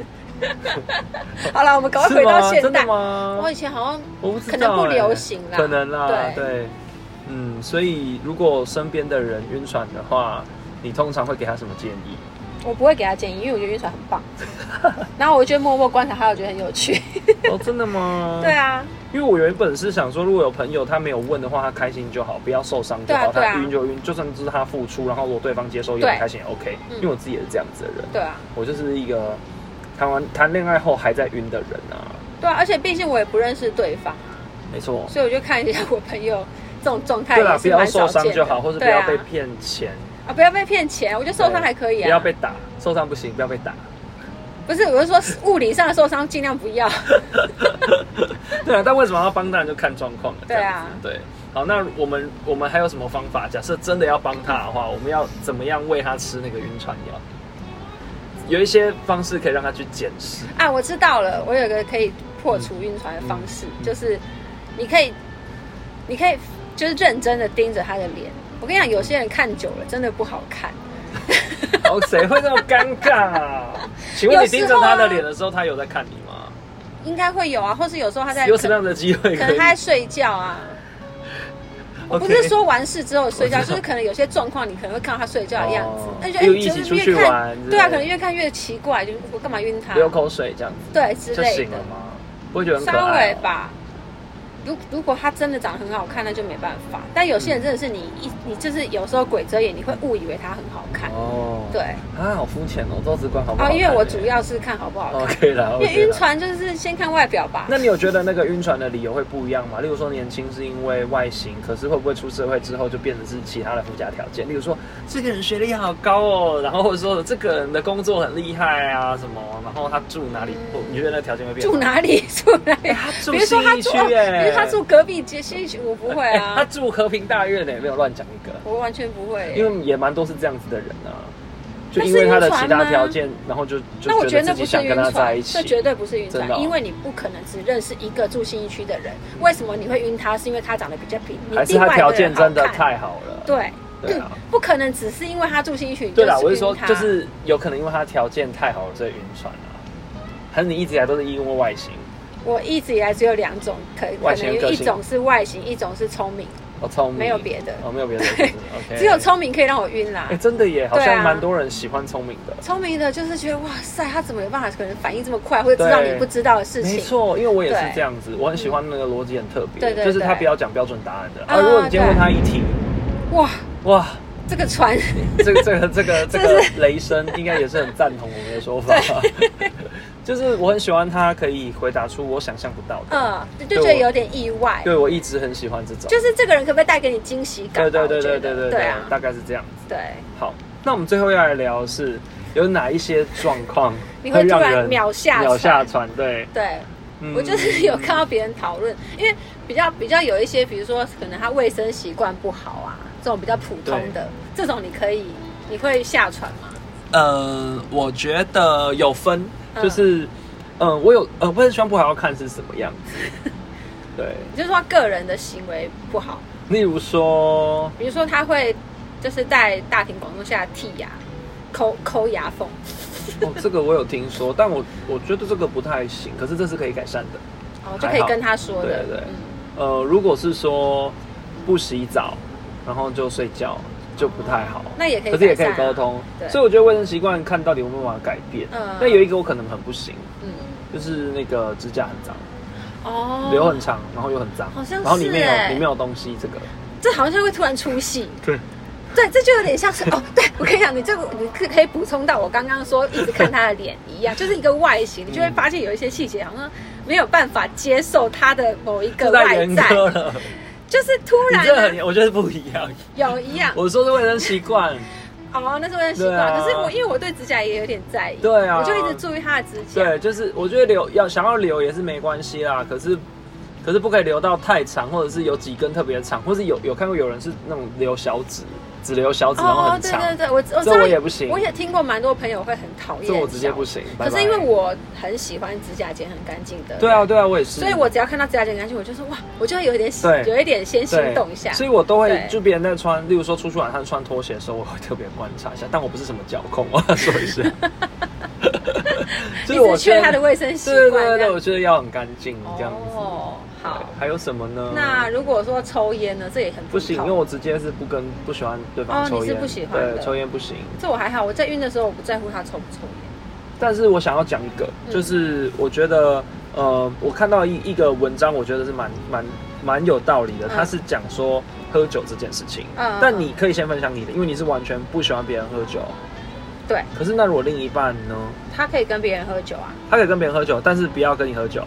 [SPEAKER 2] 好了，我们赶快
[SPEAKER 1] 是
[SPEAKER 2] 回到
[SPEAKER 1] 吗？
[SPEAKER 2] 现
[SPEAKER 1] 真的
[SPEAKER 2] 代。
[SPEAKER 1] 吗？
[SPEAKER 2] 我以前好像
[SPEAKER 1] 我不知道、
[SPEAKER 2] 可能不
[SPEAKER 1] 欸
[SPEAKER 2] 流行啦
[SPEAKER 1] 可能啦，
[SPEAKER 2] 对
[SPEAKER 1] 嗯，所以如果身边的人晕船的话，你通常会给他什么建议？
[SPEAKER 2] 我不会给他建议，因为我觉得晕船很 棒。然后我就会默默观察他，我觉得很有趣。
[SPEAKER 1] 哦，真的吗？
[SPEAKER 2] 对，啊，
[SPEAKER 1] 因为我原本是想说，如果有朋友他没有问的话，他开心就好，不要受伤就好，
[SPEAKER 2] 对啊对啊
[SPEAKER 1] 他晕就晕，就算是他付出，然后如果对方接受也很
[SPEAKER 2] 对
[SPEAKER 1] 开心也 OK，、
[SPEAKER 2] 嗯
[SPEAKER 1] 因为我自己也是这样子的人，
[SPEAKER 2] 对啊，
[SPEAKER 1] 我就是一个谈完谈恋爱后还在晕的人啊，
[SPEAKER 2] 对啊。而且毕竟我也不认识对方，
[SPEAKER 1] 没错。
[SPEAKER 2] 所以我就看一下我朋友这种状态
[SPEAKER 1] 对啦，
[SPEAKER 2] 啊也
[SPEAKER 1] 不
[SPEAKER 2] 是
[SPEAKER 1] 要
[SPEAKER 2] 蛮
[SPEAKER 1] 受
[SPEAKER 2] 少
[SPEAKER 1] 伤
[SPEAKER 2] 见
[SPEAKER 1] 就
[SPEAKER 2] 的。
[SPEAKER 1] 好，或者不
[SPEAKER 2] 对
[SPEAKER 1] 要
[SPEAKER 2] 啊
[SPEAKER 1] 被骗钱，
[SPEAKER 2] 啊，不要被骗钱，我觉得受伤还可以啊。
[SPEAKER 1] 不要被打，受伤不行，不要被打。
[SPEAKER 2] 不是，我是说物理上的受伤尽量不 要。
[SPEAKER 1] 对啊，但为什么要帮？当然就看状况了。
[SPEAKER 2] 对啊
[SPEAKER 1] 这样子，对。好，那我们我们还有什么方法？假设真的要帮他的话，我们要怎么样喂他吃那个晕船药？有一些方式可以让他去检视。
[SPEAKER 2] 啊，我知道了，我有一个可以破除晕船的方式，
[SPEAKER 1] 嗯嗯嗯
[SPEAKER 2] 就是你可以，你可以就是认真的盯着他的脸。我跟你讲，有些人看久了真的不好看，
[SPEAKER 1] 哦，谁会那么尴尬 啊？请问你盯着他的脸的时候，他有在看你吗？
[SPEAKER 2] 应该会有啊，或是有时候他在
[SPEAKER 1] 有什么样
[SPEAKER 2] 可
[SPEAKER 1] 的机会
[SPEAKER 2] 可
[SPEAKER 1] 可
[SPEAKER 2] 能
[SPEAKER 1] 以？
[SPEAKER 2] 他在睡觉啊。我不是
[SPEAKER 1] OK
[SPEAKER 2] 说完事之后睡觉，
[SPEAKER 1] 我知道
[SPEAKER 2] 就是可能有些状况，你可能会看到他睡觉的样子
[SPEAKER 1] 哦，
[SPEAKER 2] 那、
[SPEAKER 1] 又
[SPEAKER 2] 就
[SPEAKER 1] 一
[SPEAKER 2] 觉
[SPEAKER 1] 起
[SPEAKER 2] 得哎
[SPEAKER 1] 出
[SPEAKER 2] 越
[SPEAKER 1] 去
[SPEAKER 2] 看
[SPEAKER 1] 玩之类的
[SPEAKER 2] 对啊，可能越看越奇怪，就是我干嘛晕他？
[SPEAKER 1] 流口水这样子
[SPEAKER 2] 对之
[SPEAKER 1] 就
[SPEAKER 2] 类
[SPEAKER 1] 醒
[SPEAKER 2] 的
[SPEAKER 1] 了，吗？不会觉得很可
[SPEAKER 2] 稍
[SPEAKER 1] 爱
[SPEAKER 2] 微
[SPEAKER 1] 哦、
[SPEAKER 2] 吧。如如果他真的长得很好看，那就没办法。但有些人真的是你一你就是有时候鬼遮眼，你会误以为他很好看。
[SPEAKER 1] 哦，
[SPEAKER 2] 对，
[SPEAKER 1] 啊，好肤浅哦，都只管好不好看
[SPEAKER 2] 哦，
[SPEAKER 1] 而已、
[SPEAKER 2] 因为我主要是看好不好看，
[SPEAKER 1] OK 啦
[SPEAKER 2] 因
[SPEAKER 1] OK 啦，
[SPEAKER 2] 为晕船就是先看外表吧。
[SPEAKER 1] 那你有觉得那个晕船的理由会不一样吗？例如说年轻是因为外形，可是会不会出社会之后就变成是其他的附加条件？例如说这个人学历好高哦，然后或者说这个人的工作很厉害啊什么，然后他住哪里？或你觉得那条件会变？
[SPEAKER 2] 住？哪 里？住哪里？
[SPEAKER 1] 他住
[SPEAKER 2] 比如说他
[SPEAKER 1] 信义
[SPEAKER 2] 住，
[SPEAKER 1] 区
[SPEAKER 2] 哦
[SPEAKER 1] 耶，
[SPEAKER 2] 比如他住隔壁街西区，我不会
[SPEAKER 1] 哎他
[SPEAKER 2] 啊，
[SPEAKER 1] 住和平大院呢，没有乱讲一个，
[SPEAKER 2] 我完全不 会耶。
[SPEAKER 1] 因为也蛮多是这样子的人啊，就
[SPEAKER 2] 那是
[SPEAKER 1] 因为他的
[SPEAKER 2] 晕船
[SPEAKER 1] 其他
[SPEAKER 2] 吗
[SPEAKER 1] 条件，然后就就
[SPEAKER 2] 那我
[SPEAKER 1] 觉
[SPEAKER 2] 觉得
[SPEAKER 1] 得
[SPEAKER 2] 那
[SPEAKER 1] 自己
[SPEAKER 2] 不是
[SPEAKER 1] 想
[SPEAKER 2] 晕
[SPEAKER 1] 跟他在
[SPEAKER 2] 船
[SPEAKER 1] 一，起，
[SPEAKER 2] 这绝对不是晕
[SPEAKER 1] 真的哦
[SPEAKER 2] 船，因为你不可能只认识一个住新一区的人。为什么你会晕他？是因为他长得比较平，你
[SPEAKER 1] 还是
[SPEAKER 2] 另
[SPEAKER 1] 他
[SPEAKER 2] 外
[SPEAKER 1] 条
[SPEAKER 2] 人
[SPEAKER 1] 件
[SPEAKER 2] 好
[SPEAKER 1] 真的
[SPEAKER 2] 看
[SPEAKER 1] 太好了，
[SPEAKER 2] 对，
[SPEAKER 1] 对啊。
[SPEAKER 2] 不可能只是因为他住新一区，你
[SPEAKER 1] 对啦，我
[SPEAKER 2] 就是是
[SPEAKER 1] 说
[SPEAKER 2] 晕，他
[SPEAKER 1] 就是有可能因为他条件太好了，所以晕船啊。还是你一直以来都是因为外形？
[SPEAKER 2] 我一直以来只有两种可
[SPEAKER 1] 外
[SPEAKER 2] 可
[SPEAKER 1] 形
[SPEAKER 2] 能
[SPEAKER 1] 个
[SPEAKER 2] 有一
[SPEAKER 1] 性
[SPEAKER 2] 种是外形，一种是聪 明，
[SPEAKER 1] 哦，聪明，
[SPEAKER 2] 没有别的
[SPEAKER 1] 哦，没有 别的，
[SPEAKER 2] 对
[SPEAKER 1] 是不是 OK，
[SPEAKER 2] 只有。聪明可以让我晕啦
[SPEAKER 1] 哎、。真的耶，好
[SPEAKER 2] 对
[SPEAKER 1] 像
[SPEAKER 2] 啊
[SPEAKER 1] 蛮多人喜欢聪明的。
[SPEAKER 2] 聪明的就是觉得哇塞，他怎么有办法可能反应这么快，或者知道
[SPEAKER 1] 对
[SPEAKER 2] 你不知道的事
[SPEAKER 1] 没
[SPEAKER 2] 情？
[SPEAKER 1] 错，因为我也是
[SPEAKER 2] 对
[SPEAKER 1] 这样子，我很喜欢那个逻辑很特别，
[SPEAKER 2] 对对
[SPEAKER 1] 就是他
[SPEAKER 2] 对
[SPEAKER 1] 不要讲标准答案的。啊，
[SPEAKER 2] 啊
[SPEAKER 1] 如果你今天问他一题，
[SPEAKER 2] 哇，
[SPEAKER 1] 哇，
[SPEAKER 2] 这个船
[SPEAKER 1] 这个这个这个这
[SPEAKER 2] 这
[SPEAKER 1] 个雷声应该也是很赞同我们的说法。 就是我很喜欢他可以回答出我想象不到的，
[SPEAKER 2] 嗯，就就觉得有点意外。
[SPEAKER 1] 对我一直很喜欢这种。
[SPEAKER 2] 就是这个人可不可以带给你惊喜感
[SPEAKER 1] 对
[SPEAKER 2] 吧？
[SPEAKER 1] 对对
[SPEAKER 2] 我觉
[SPEAKER 1] 对
[SPEAKER 2] 得
[SPEAKER 1] 对对
[SPEAKER 2] 对
[SPEAKER 1] 对
[SPEAKER 2] 啊，，
[SPEAKER 1] 大概是这样。
[SPEAKER 2] 对，
[SPEAKER 1] 好，那我们最后要来聊的是有哪一些状况
[SPEAKER 2] 你会
[SPEAKER 1] 让
[SPEAKER 2] 突然
[SPEAKER 1] 人
[SPEAKER 2] 秒下
[SPEAKER 1] 秒下船？
[SPEAKER 2] 船
[SPEAKER 1] 对，
[SPEAKER 2] 对。
[SPEAKER 1] 嗯
[SPEAKER 2] 我就是有看到别人讨论，因为比较比较有一些，比如说可能他卫生习惯不好啊，这种比较普通的，这种你可以你会下船吗？
[SPEAKER 1] 呃，我觉得有分，
[SPEAKER 2] 嗯
[SPEAKER 1] 就是嗯、呃我有呃，不是宣布还要看是什么样 子对，
[SPEAKER 2] 你就是说个人的行为不好，
[SPEAKER 1] 例如说，
[SPEAKER 2] 比如说他会就是在大庭广众下剔牙、抠抠牙缝，
[SPEAKER 1] 哦，这个我有听说，但我我觉得这个不太行，可是这是可以改善的。
[SPEAKER 2] 哦，就可以跟他说的，
[SPEAKER 1] 对对
[SPEAKER 2] 嗯
[SPEAKER 1] 呃，如果是说不洗澡，然后就睡觉，就不太好。
[SPEAKER 2] 那也可以
[SPEAKER 1] 可是也可以
[SPEAKER 2] 改善啊
[SPEAKER 1] 沟通，
[SPEAKER 2] 对
[SPEAKER 1] 所以我觉得卫生习惯看到底有没有办法改变。
[SPEAKER 2] 嗯
[SPEAKER 1] 那有一个我可能很不行，
[SPEAKER 2] 嗯，
[SPEAKER 1] 就是那个指甲很脏，
[SPEAKER 2] 哦，
[SPEAKER 1] 留很长，然后又很脏，
[SPEAKER 2] 好像是
[SPEAKER 1] 然后里面有
[SPEAKER 2] 欸
[SPEAKER 1] 里面有东西，这个
[SPEAKER 2] 这好像会突然出戏，
[SPEAKER 1] 对，
[SPEAKER 2] 对，这就有点像是哦，对我跟你讲，你这个你可可以补充到我刚刚说一直看他的脸一样，就是一个外形，你就
[SPEAKER 1] 嗯
[SPEAKER 2] 会发现有一些细节好像没有办法接受他的某一个
[SPEAKER 1] 这太
[SPEAKER 2] 外
[SPEAKER 1] 严
[SPEAKER 2] 在，
[SPEAKER 1] 苛了，
[SPEAKER 2] 就是突
[SPEAKER 1] 你
[SPEAKER 2] 然
[SPEAKER 1] 这
[SPEAKER 2] 呢
[SPEAKER 1] 很，我觉得不一样。
[SPEAKER 2] 有一样
[SPEAKER 1] 我说是卫生习惯，
[SPEAKER 2] 哦，那是我的习
[SPEAKER 1] 对
[SPEAKER 2] 惯。
[SPEAKER 1] 啊
[SPEAKER 2] 可是我因为我对指甲也有点在意，
[SPEAKER 1] 对啊
[SPEAKER 2] 我就一直注意他的指甲。
[SPEAKER 1] 对，就是我觉得留要想要留也是没关系啦，可是可是不可以留到太长，或者是有几根特别长，或是有有看过有人是那种留小指，只留小指然后
[SPEAKER 2] 哦，
[SPEAKER 1] 很
[SPEAKER 2] 对
[SPEAKER 1] 长，
[SPEAKER 2] 对对，我我知
[SPEAKER 1] 这
[SPEAKER 2] 道
[SPEAKER 1] 我也不行
[SPEAKER 2] 我也听过蛮多朋友会很讨厌，
[SPEAKER 1] 这我直接不。行。
[SPEAKER 2] 可是
[SPEAKER 1] 拜拜
[SPEAKER 2] 因为我很喜欢指甲剪很干净的，
[SPEAKER 1] 对啊对啊，我也是，
[SPEAKER 2] 所以我只要看到指甲剪干净，我就说哇，我就会有一点
[SPEAKER 1] 对
[SPEAKER 2] 有一点先心
[SPEAKER 1] 对
[SPEAKER 2] 动一下。
[SPEAKER 1] 所以我都会
[SPEAKER 2] 对
[SPEAKER 1] 就别人在穿，例如说出去玩他穿拖鞋的时候，我会特别观察一下，但我不是什么脚控，啊 我要说一 下，就
[SPEAKER 2] 你只是缺他的
[SPEAKER 1] 味
[SPEAKER 2] 卫生习
[SPEAKER 1] 对对
[SPEAKER 2] 惯
[SPEAKER 1] 对
[SPEAKER 2] 这
[SPEAKER 1] 对，
[SPEAKER 2] 样
[SPEAKER 1] 我觉得要很干净这样子。
[SPEAKER 2] 哦，
[SPEAKER 1] 对
[SPEAKER 2] 好。
[SPEAKER 1] 还有什么呢？
[SPEAKER 2] 那如果说抽烟呢，这也很
[SPEAKER 1] 不行，因为
[SPEAKER 2] 用。
[SPEAKER 1] 我直接是不跟不喜欢对
[SPEAKER 2] 哦
[SPEAKER 1] 方抽
[SPEAKER 2] 你
[SPEAKER 1] 烟，
[SPEAKER 2] 是不喜欢的
[SPEAKER 1] 对抽烟不行。
[SPEAKER 2] 这我还好，我在晕的时候我不在乎他抽不抽烟。
[SPEAKER 1] 但是我想要讲一个，
[SPEAKER 2] 嗯
[SPEAKER 1] 就是我觉得，呃，我看到一一个文章，我觉得是蛮蛮蛮有道理的。
[SPEAKER 2] 嗯
[SPEAKER 1] 他是讲说喝酒这件事情，
[SPEAKER 2] 嗯
[SPEAKER 1] 但你可以先分享你的，因为你是完全不喜欢别人喝酒。
[SPEAKER 2] 对，
[SPEAKER 1] 可是那如果另一半呢？
[SPEAKER 2] 他可以跟别人喝酒啊，
[SPEAKER 1] 他可以跟别人喝酒，但是不要跟你喝酒。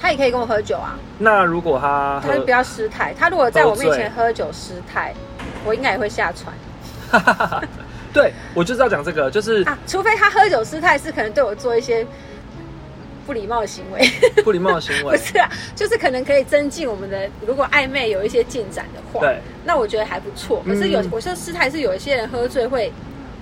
[SPEAKER 2] 他也可以跟我喝酒啊，
[SPEAKER 1] 那如果他喝
[SPEAKER 2] 他，就不要失态。他如果在我面前喝酒失态，我应该也会下船
[SPEAKER 1] 对我就是要讲这个，就是
[SPEAKER 2] 啊。除非他喝酒失态是可能对我做一些不礼貌的行为，
[SPEAKER 1] 不礼貌的行
[SPEAKER 2] 不
[SPEAKER 1] 为。
[SPEAKER 2] 是啊，就是可能可以增进我们的如果暧昧有一些进展的话，
[SPEAKER 1] 对，
[SPEAKER 2] 那我觉得还不错。可是有、
[SPEAKER 1] 嗯
[SPEAKER 2] 我说失态是有一些人喝醉会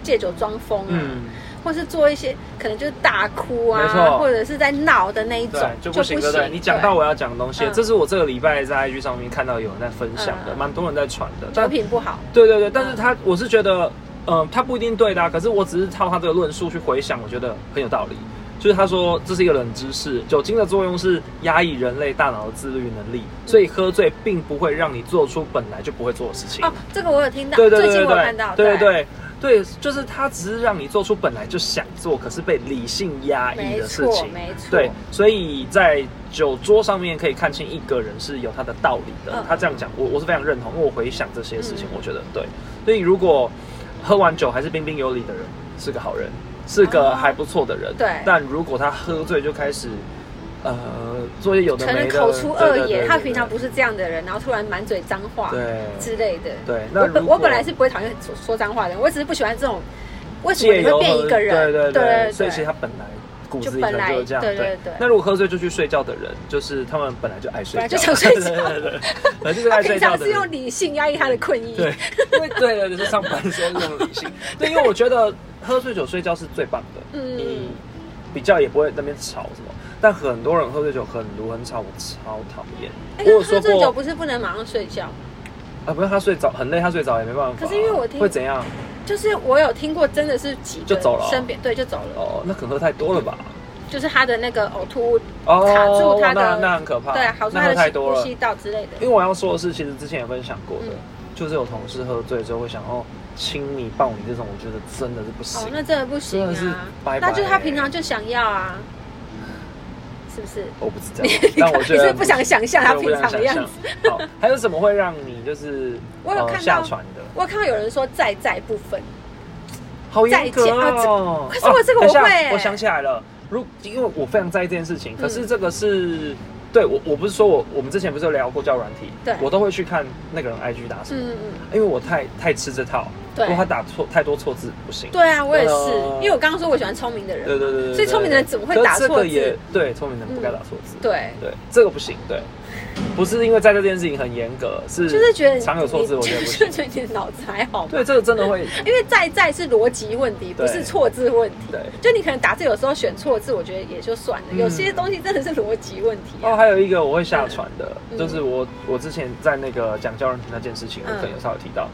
[SPEAKER 2] 借酒装疯啊。
[SPEAKER 1] 嗯，
[SPEAKER 2] 或是做一些可能就是大哭啊
[SPEAKER 1] 没，错
[SPEAKER 2] 或者是在闹的那一种
[SPEAKER 1] 对，，就不行，对不对？你讲到我要讲的东西
[SPEAKER 2] 嗯，
[SPEAKER 1] 这是我这个礼拜在 IG 上面看到有人在分享的，
[SPEAKER 2] 嗯
[SPEAKER 1] 蛮多人在传的。
[SPEAKER 2] 酒
[SPEAKER 1] 但
[SPEAKER 2] 品不好，
[SPEAKER 1] 对对对，但是他我是觉得，嗯，他不一定对的啊、可是我只是套他这个论述去回想，我觉得很有道理。就是他说这是一个冷知识，酒精的作用是压抑人类大脑的自律能力，
[SPEAKER 2] 嗯
[SPEAKER 1] 所以喝醉并不会让你做出本来就不会做的事情。
[SPEAKER 2] 哦，这个我有听到，
[SPEAKER 1] 对对对
[SPEAKER 2] 最
[SPEAKER 1] 对
[SPEAKER 2] 近我有
[SPEAKER 1] 对
[SPEAKER 2] 看到，
[SPEAKER 1] 对对对对，就是他只是让你做出本来就想做，可是被理性压抑
[SPEAKER 2] 没
[SPEAKER 1] 的事
[SPEAKER 2] 错
[SPEAKER 1] 情。
[SPEAKER 2] 没错，
[SPEAKER 1] 对，所以在酒桌上面可以看清一个人是有他的道理的。
[SPEAKER 2] 嗯
[SPEAKER 1] 他这样讲，我我是非常认同，因为我回想这些事情，
[SPEAKER 2] 嗯
[SPEAKER 1] 我觉得对。所以如果喝完酒还是彬彬有礼的人，是个好人，是个
[SPEAKER 2] 哦
[SPEAKER 1] 还不错的人。
[SPEAKER 2] 对
[SPEAKER 1] 但如果他喝醉就开始，呃，做一些有的
[SPEAKER 2] 可
[SPEAKER 1] 没
[SPEAKER 2] 能
[SPEAKER 1] 的，
[SPEAKER 2] 口出
[SPEAKER 1] 对
[SPEAKER 2] 恶言，他平常。
[SPEAKER 1] 对
[SPEAKER 2] 不是这样的人，然后突然满嘴脏话
[SPEAKER 1] 对
[SPEAKER 2] 之类的。
[SPEAKER 1] 对对，那
[SPEAKER 2] 我
[SPEAKER 1] 如
[SPEAKER 2] 本
[SPEAKER 1] 果
[SPEAKER 2] 我本来是不会讨厌说说脏话的人，我只是不喜欢这种，为什么
[SPEAKER 1] 借
[SPEAKER 2] 你
[SPEAKER 1] 由
[SPEAKER 2] 会
[SPEAKER 1] 喝
[SPEAKER 2] 变一个人？
[SPEAKER 1] 对对
[SPEAKER 2] 对
[SPEAKER 1] 对，所以其实他本来骨子里可能就是这样。
[SPEAKER 2] 就本来对对对
[SPEAKER 1] 那如果喝醉就去睡觉的人，就是他们本来就爱睡觉，
[SPEAKER 2] 本来就 想睡觉
[SPEAKER 1] 对对对对，本来就是
[SPEAKER 2] 他
[SPEAKER 1] 爱睡
[SPEAKER 2] 啊平
[SPEAKER 1] 觉
[SPEAKER 2] 常
[SPEAKER 1] 的
[SPEAKER 2] 是用
[SPEAKER 1] 人。
[SPEAKER 2] 理性压抑他的困意。
[SPEAKER 1] 对，因为对对对，就上班的时候这种理性。对，因为我觉得喝醉酒睡觉是最棒的，
[SPEAKER 2] 嗯
[SPEAKER 1] 你比较也不会那边吵什么。但很多人喝醉酒很毒很吵，我超讨厌。
[SPEAKER 2] 哎
[SPEAKER 1] 我有
[SPEAKER 2] 喝
[SPEAKER 1] 说
[SPEAKER 2] 醉酒
[SPEAKER 1] 过
[SPEAKER 2] 不是不能马上睡觉吗，
[SPEAKER 1] 啊，不是他睡着很累，他睡着也没办法。
[SPEAKER 2] 可是因为我听
[SPEAKER 1] 会怎样？
[SPEAKER 2] 就是我有听过，真的是几个
[SPEAKER 1] 就走了哦
[SPEAKER 2] 身边对就走了，
[SPEAKER 1] 哦，那可能喝太多了吧？
[SPEAKER 2] 就是他的那个呕吐物，
[SPEAKER 1] 哦，
[SPEAKER 2] 卡住他的
[SPEAKER 1] 那那很可怕。
[SPEAKER 2] 对，啊好出
[SPEAKER 1] 那
[SPEAKER 2] 他
[SPEAKER 1] 喝
[SPEAKER 2] 的
[SPEAKER 1] 太
[SPEAKER 2] 吸
[SPEAKER 1] 多
[SPEAKER 2] 呼
[SPEAKER 1] 了。
[SPEAKER 2] 吸道之类的
[SPEAKER 1] 因为。我要说的是，其实之前也分享过的，
[SPEAKER 2] 嗯
[SPEAKER 1] 就是有同事喝醉之后会想要亲你、抱你这种，我觉得真的是不行。
[SPEAKER 2] 哦，那真的不行
[SPEAKER 1] 真的是
[SPEAKER 2] 啊，
[SPEAKER 1] 拜欸拜
[SPEAKER 2] 那就是他平常就想要啊，是不是？
[SPEAKER 1] 我不知道， 但我觉
[SPEAKER 2] 你
[SPEAKER 1] 得嗯
[SPEAKER 2] 是不想想象他平常的样子。
[SPEAKER 1] 子。好，还有什么会让你就是呃
[SPEAKER 2] 我有看到
[SPEAKER 1] 下船的？
[SPEAKER 2] 我看到有人说在在部分，
[SPEAKER 1] 好严格哦！
[SPEAKER 2] 再见啊这可是我这个
[SPEAKER 1] 啊等一下
[SPEAKER 2] 我会欸
[SPEAKER 1] 我想起来了，如因为我非常在意这件事情，
[SPEAKER 2] 嗯
[SPEAKER 1] 可是这个是。对我，我不是说我，我们之前不是有聊过交友软体，
[SPEAKER 2] 对
[SPEAKER 1] 我都会去看那个人 IG 打什么，
[SPEAKER 2] 嗯嗯，
[SPEAKER 1] 因为我太太吃这套，
[SPEAKER 2] 对
[SPEAKER 1] 如果他打错太多错字不行。
[SPEAKER 2] 对啊，我也是
[SPEAKER 1] 呃，
[SPEAKER 2] 因为我刚刚说我喜欢聪明的人，
[SPEAKER 1] 对对对对，
[SPEAKER 2] 所以聪明的人怎么会打错字嗯
[SPEAKER 1] 可是这个也对，聪明的人不该打错字。
[SPEAKER 2] 对，
[SPEAKER 1] 对，这个不行。对，不是因为在这件事情很严格，是
[SPEAKER 2] 就是觉得
[SPEAKER 1] 常有错字，
[SPEAKER 2] 你
[SPEAKER 1] 我觉得不
[SPEAKER 2] 就是
[SPEAKER 1] 行。
[SPEAKER 2] 觉得你的脑子还好吗？
[SPEAKER 1] 对，这个真的 会
[SPEAKER 2] 因为在在是逻辑问题，
[SPEAKER 1] 对
[SPEAKER 2] 不是错字问题。
[SPEAKER 1] 对。
[SPEAKER 2] 就你可能打字有时候选错字，我觉得也就算了。
[SPEAKER 1] 嗯
[SPEAKER 2] 有些东西真的是逻辑问题啊、
[SPEAKER 1] 哦，还有一个我会下船的，
[SPEAKER 2] 嗯
[SPEAKER 1] 就是我我之前在那个讲教人群那件事情，我
[SPEAKER 2] 嗯
[SPEAKER 1] 可能有稍微提到，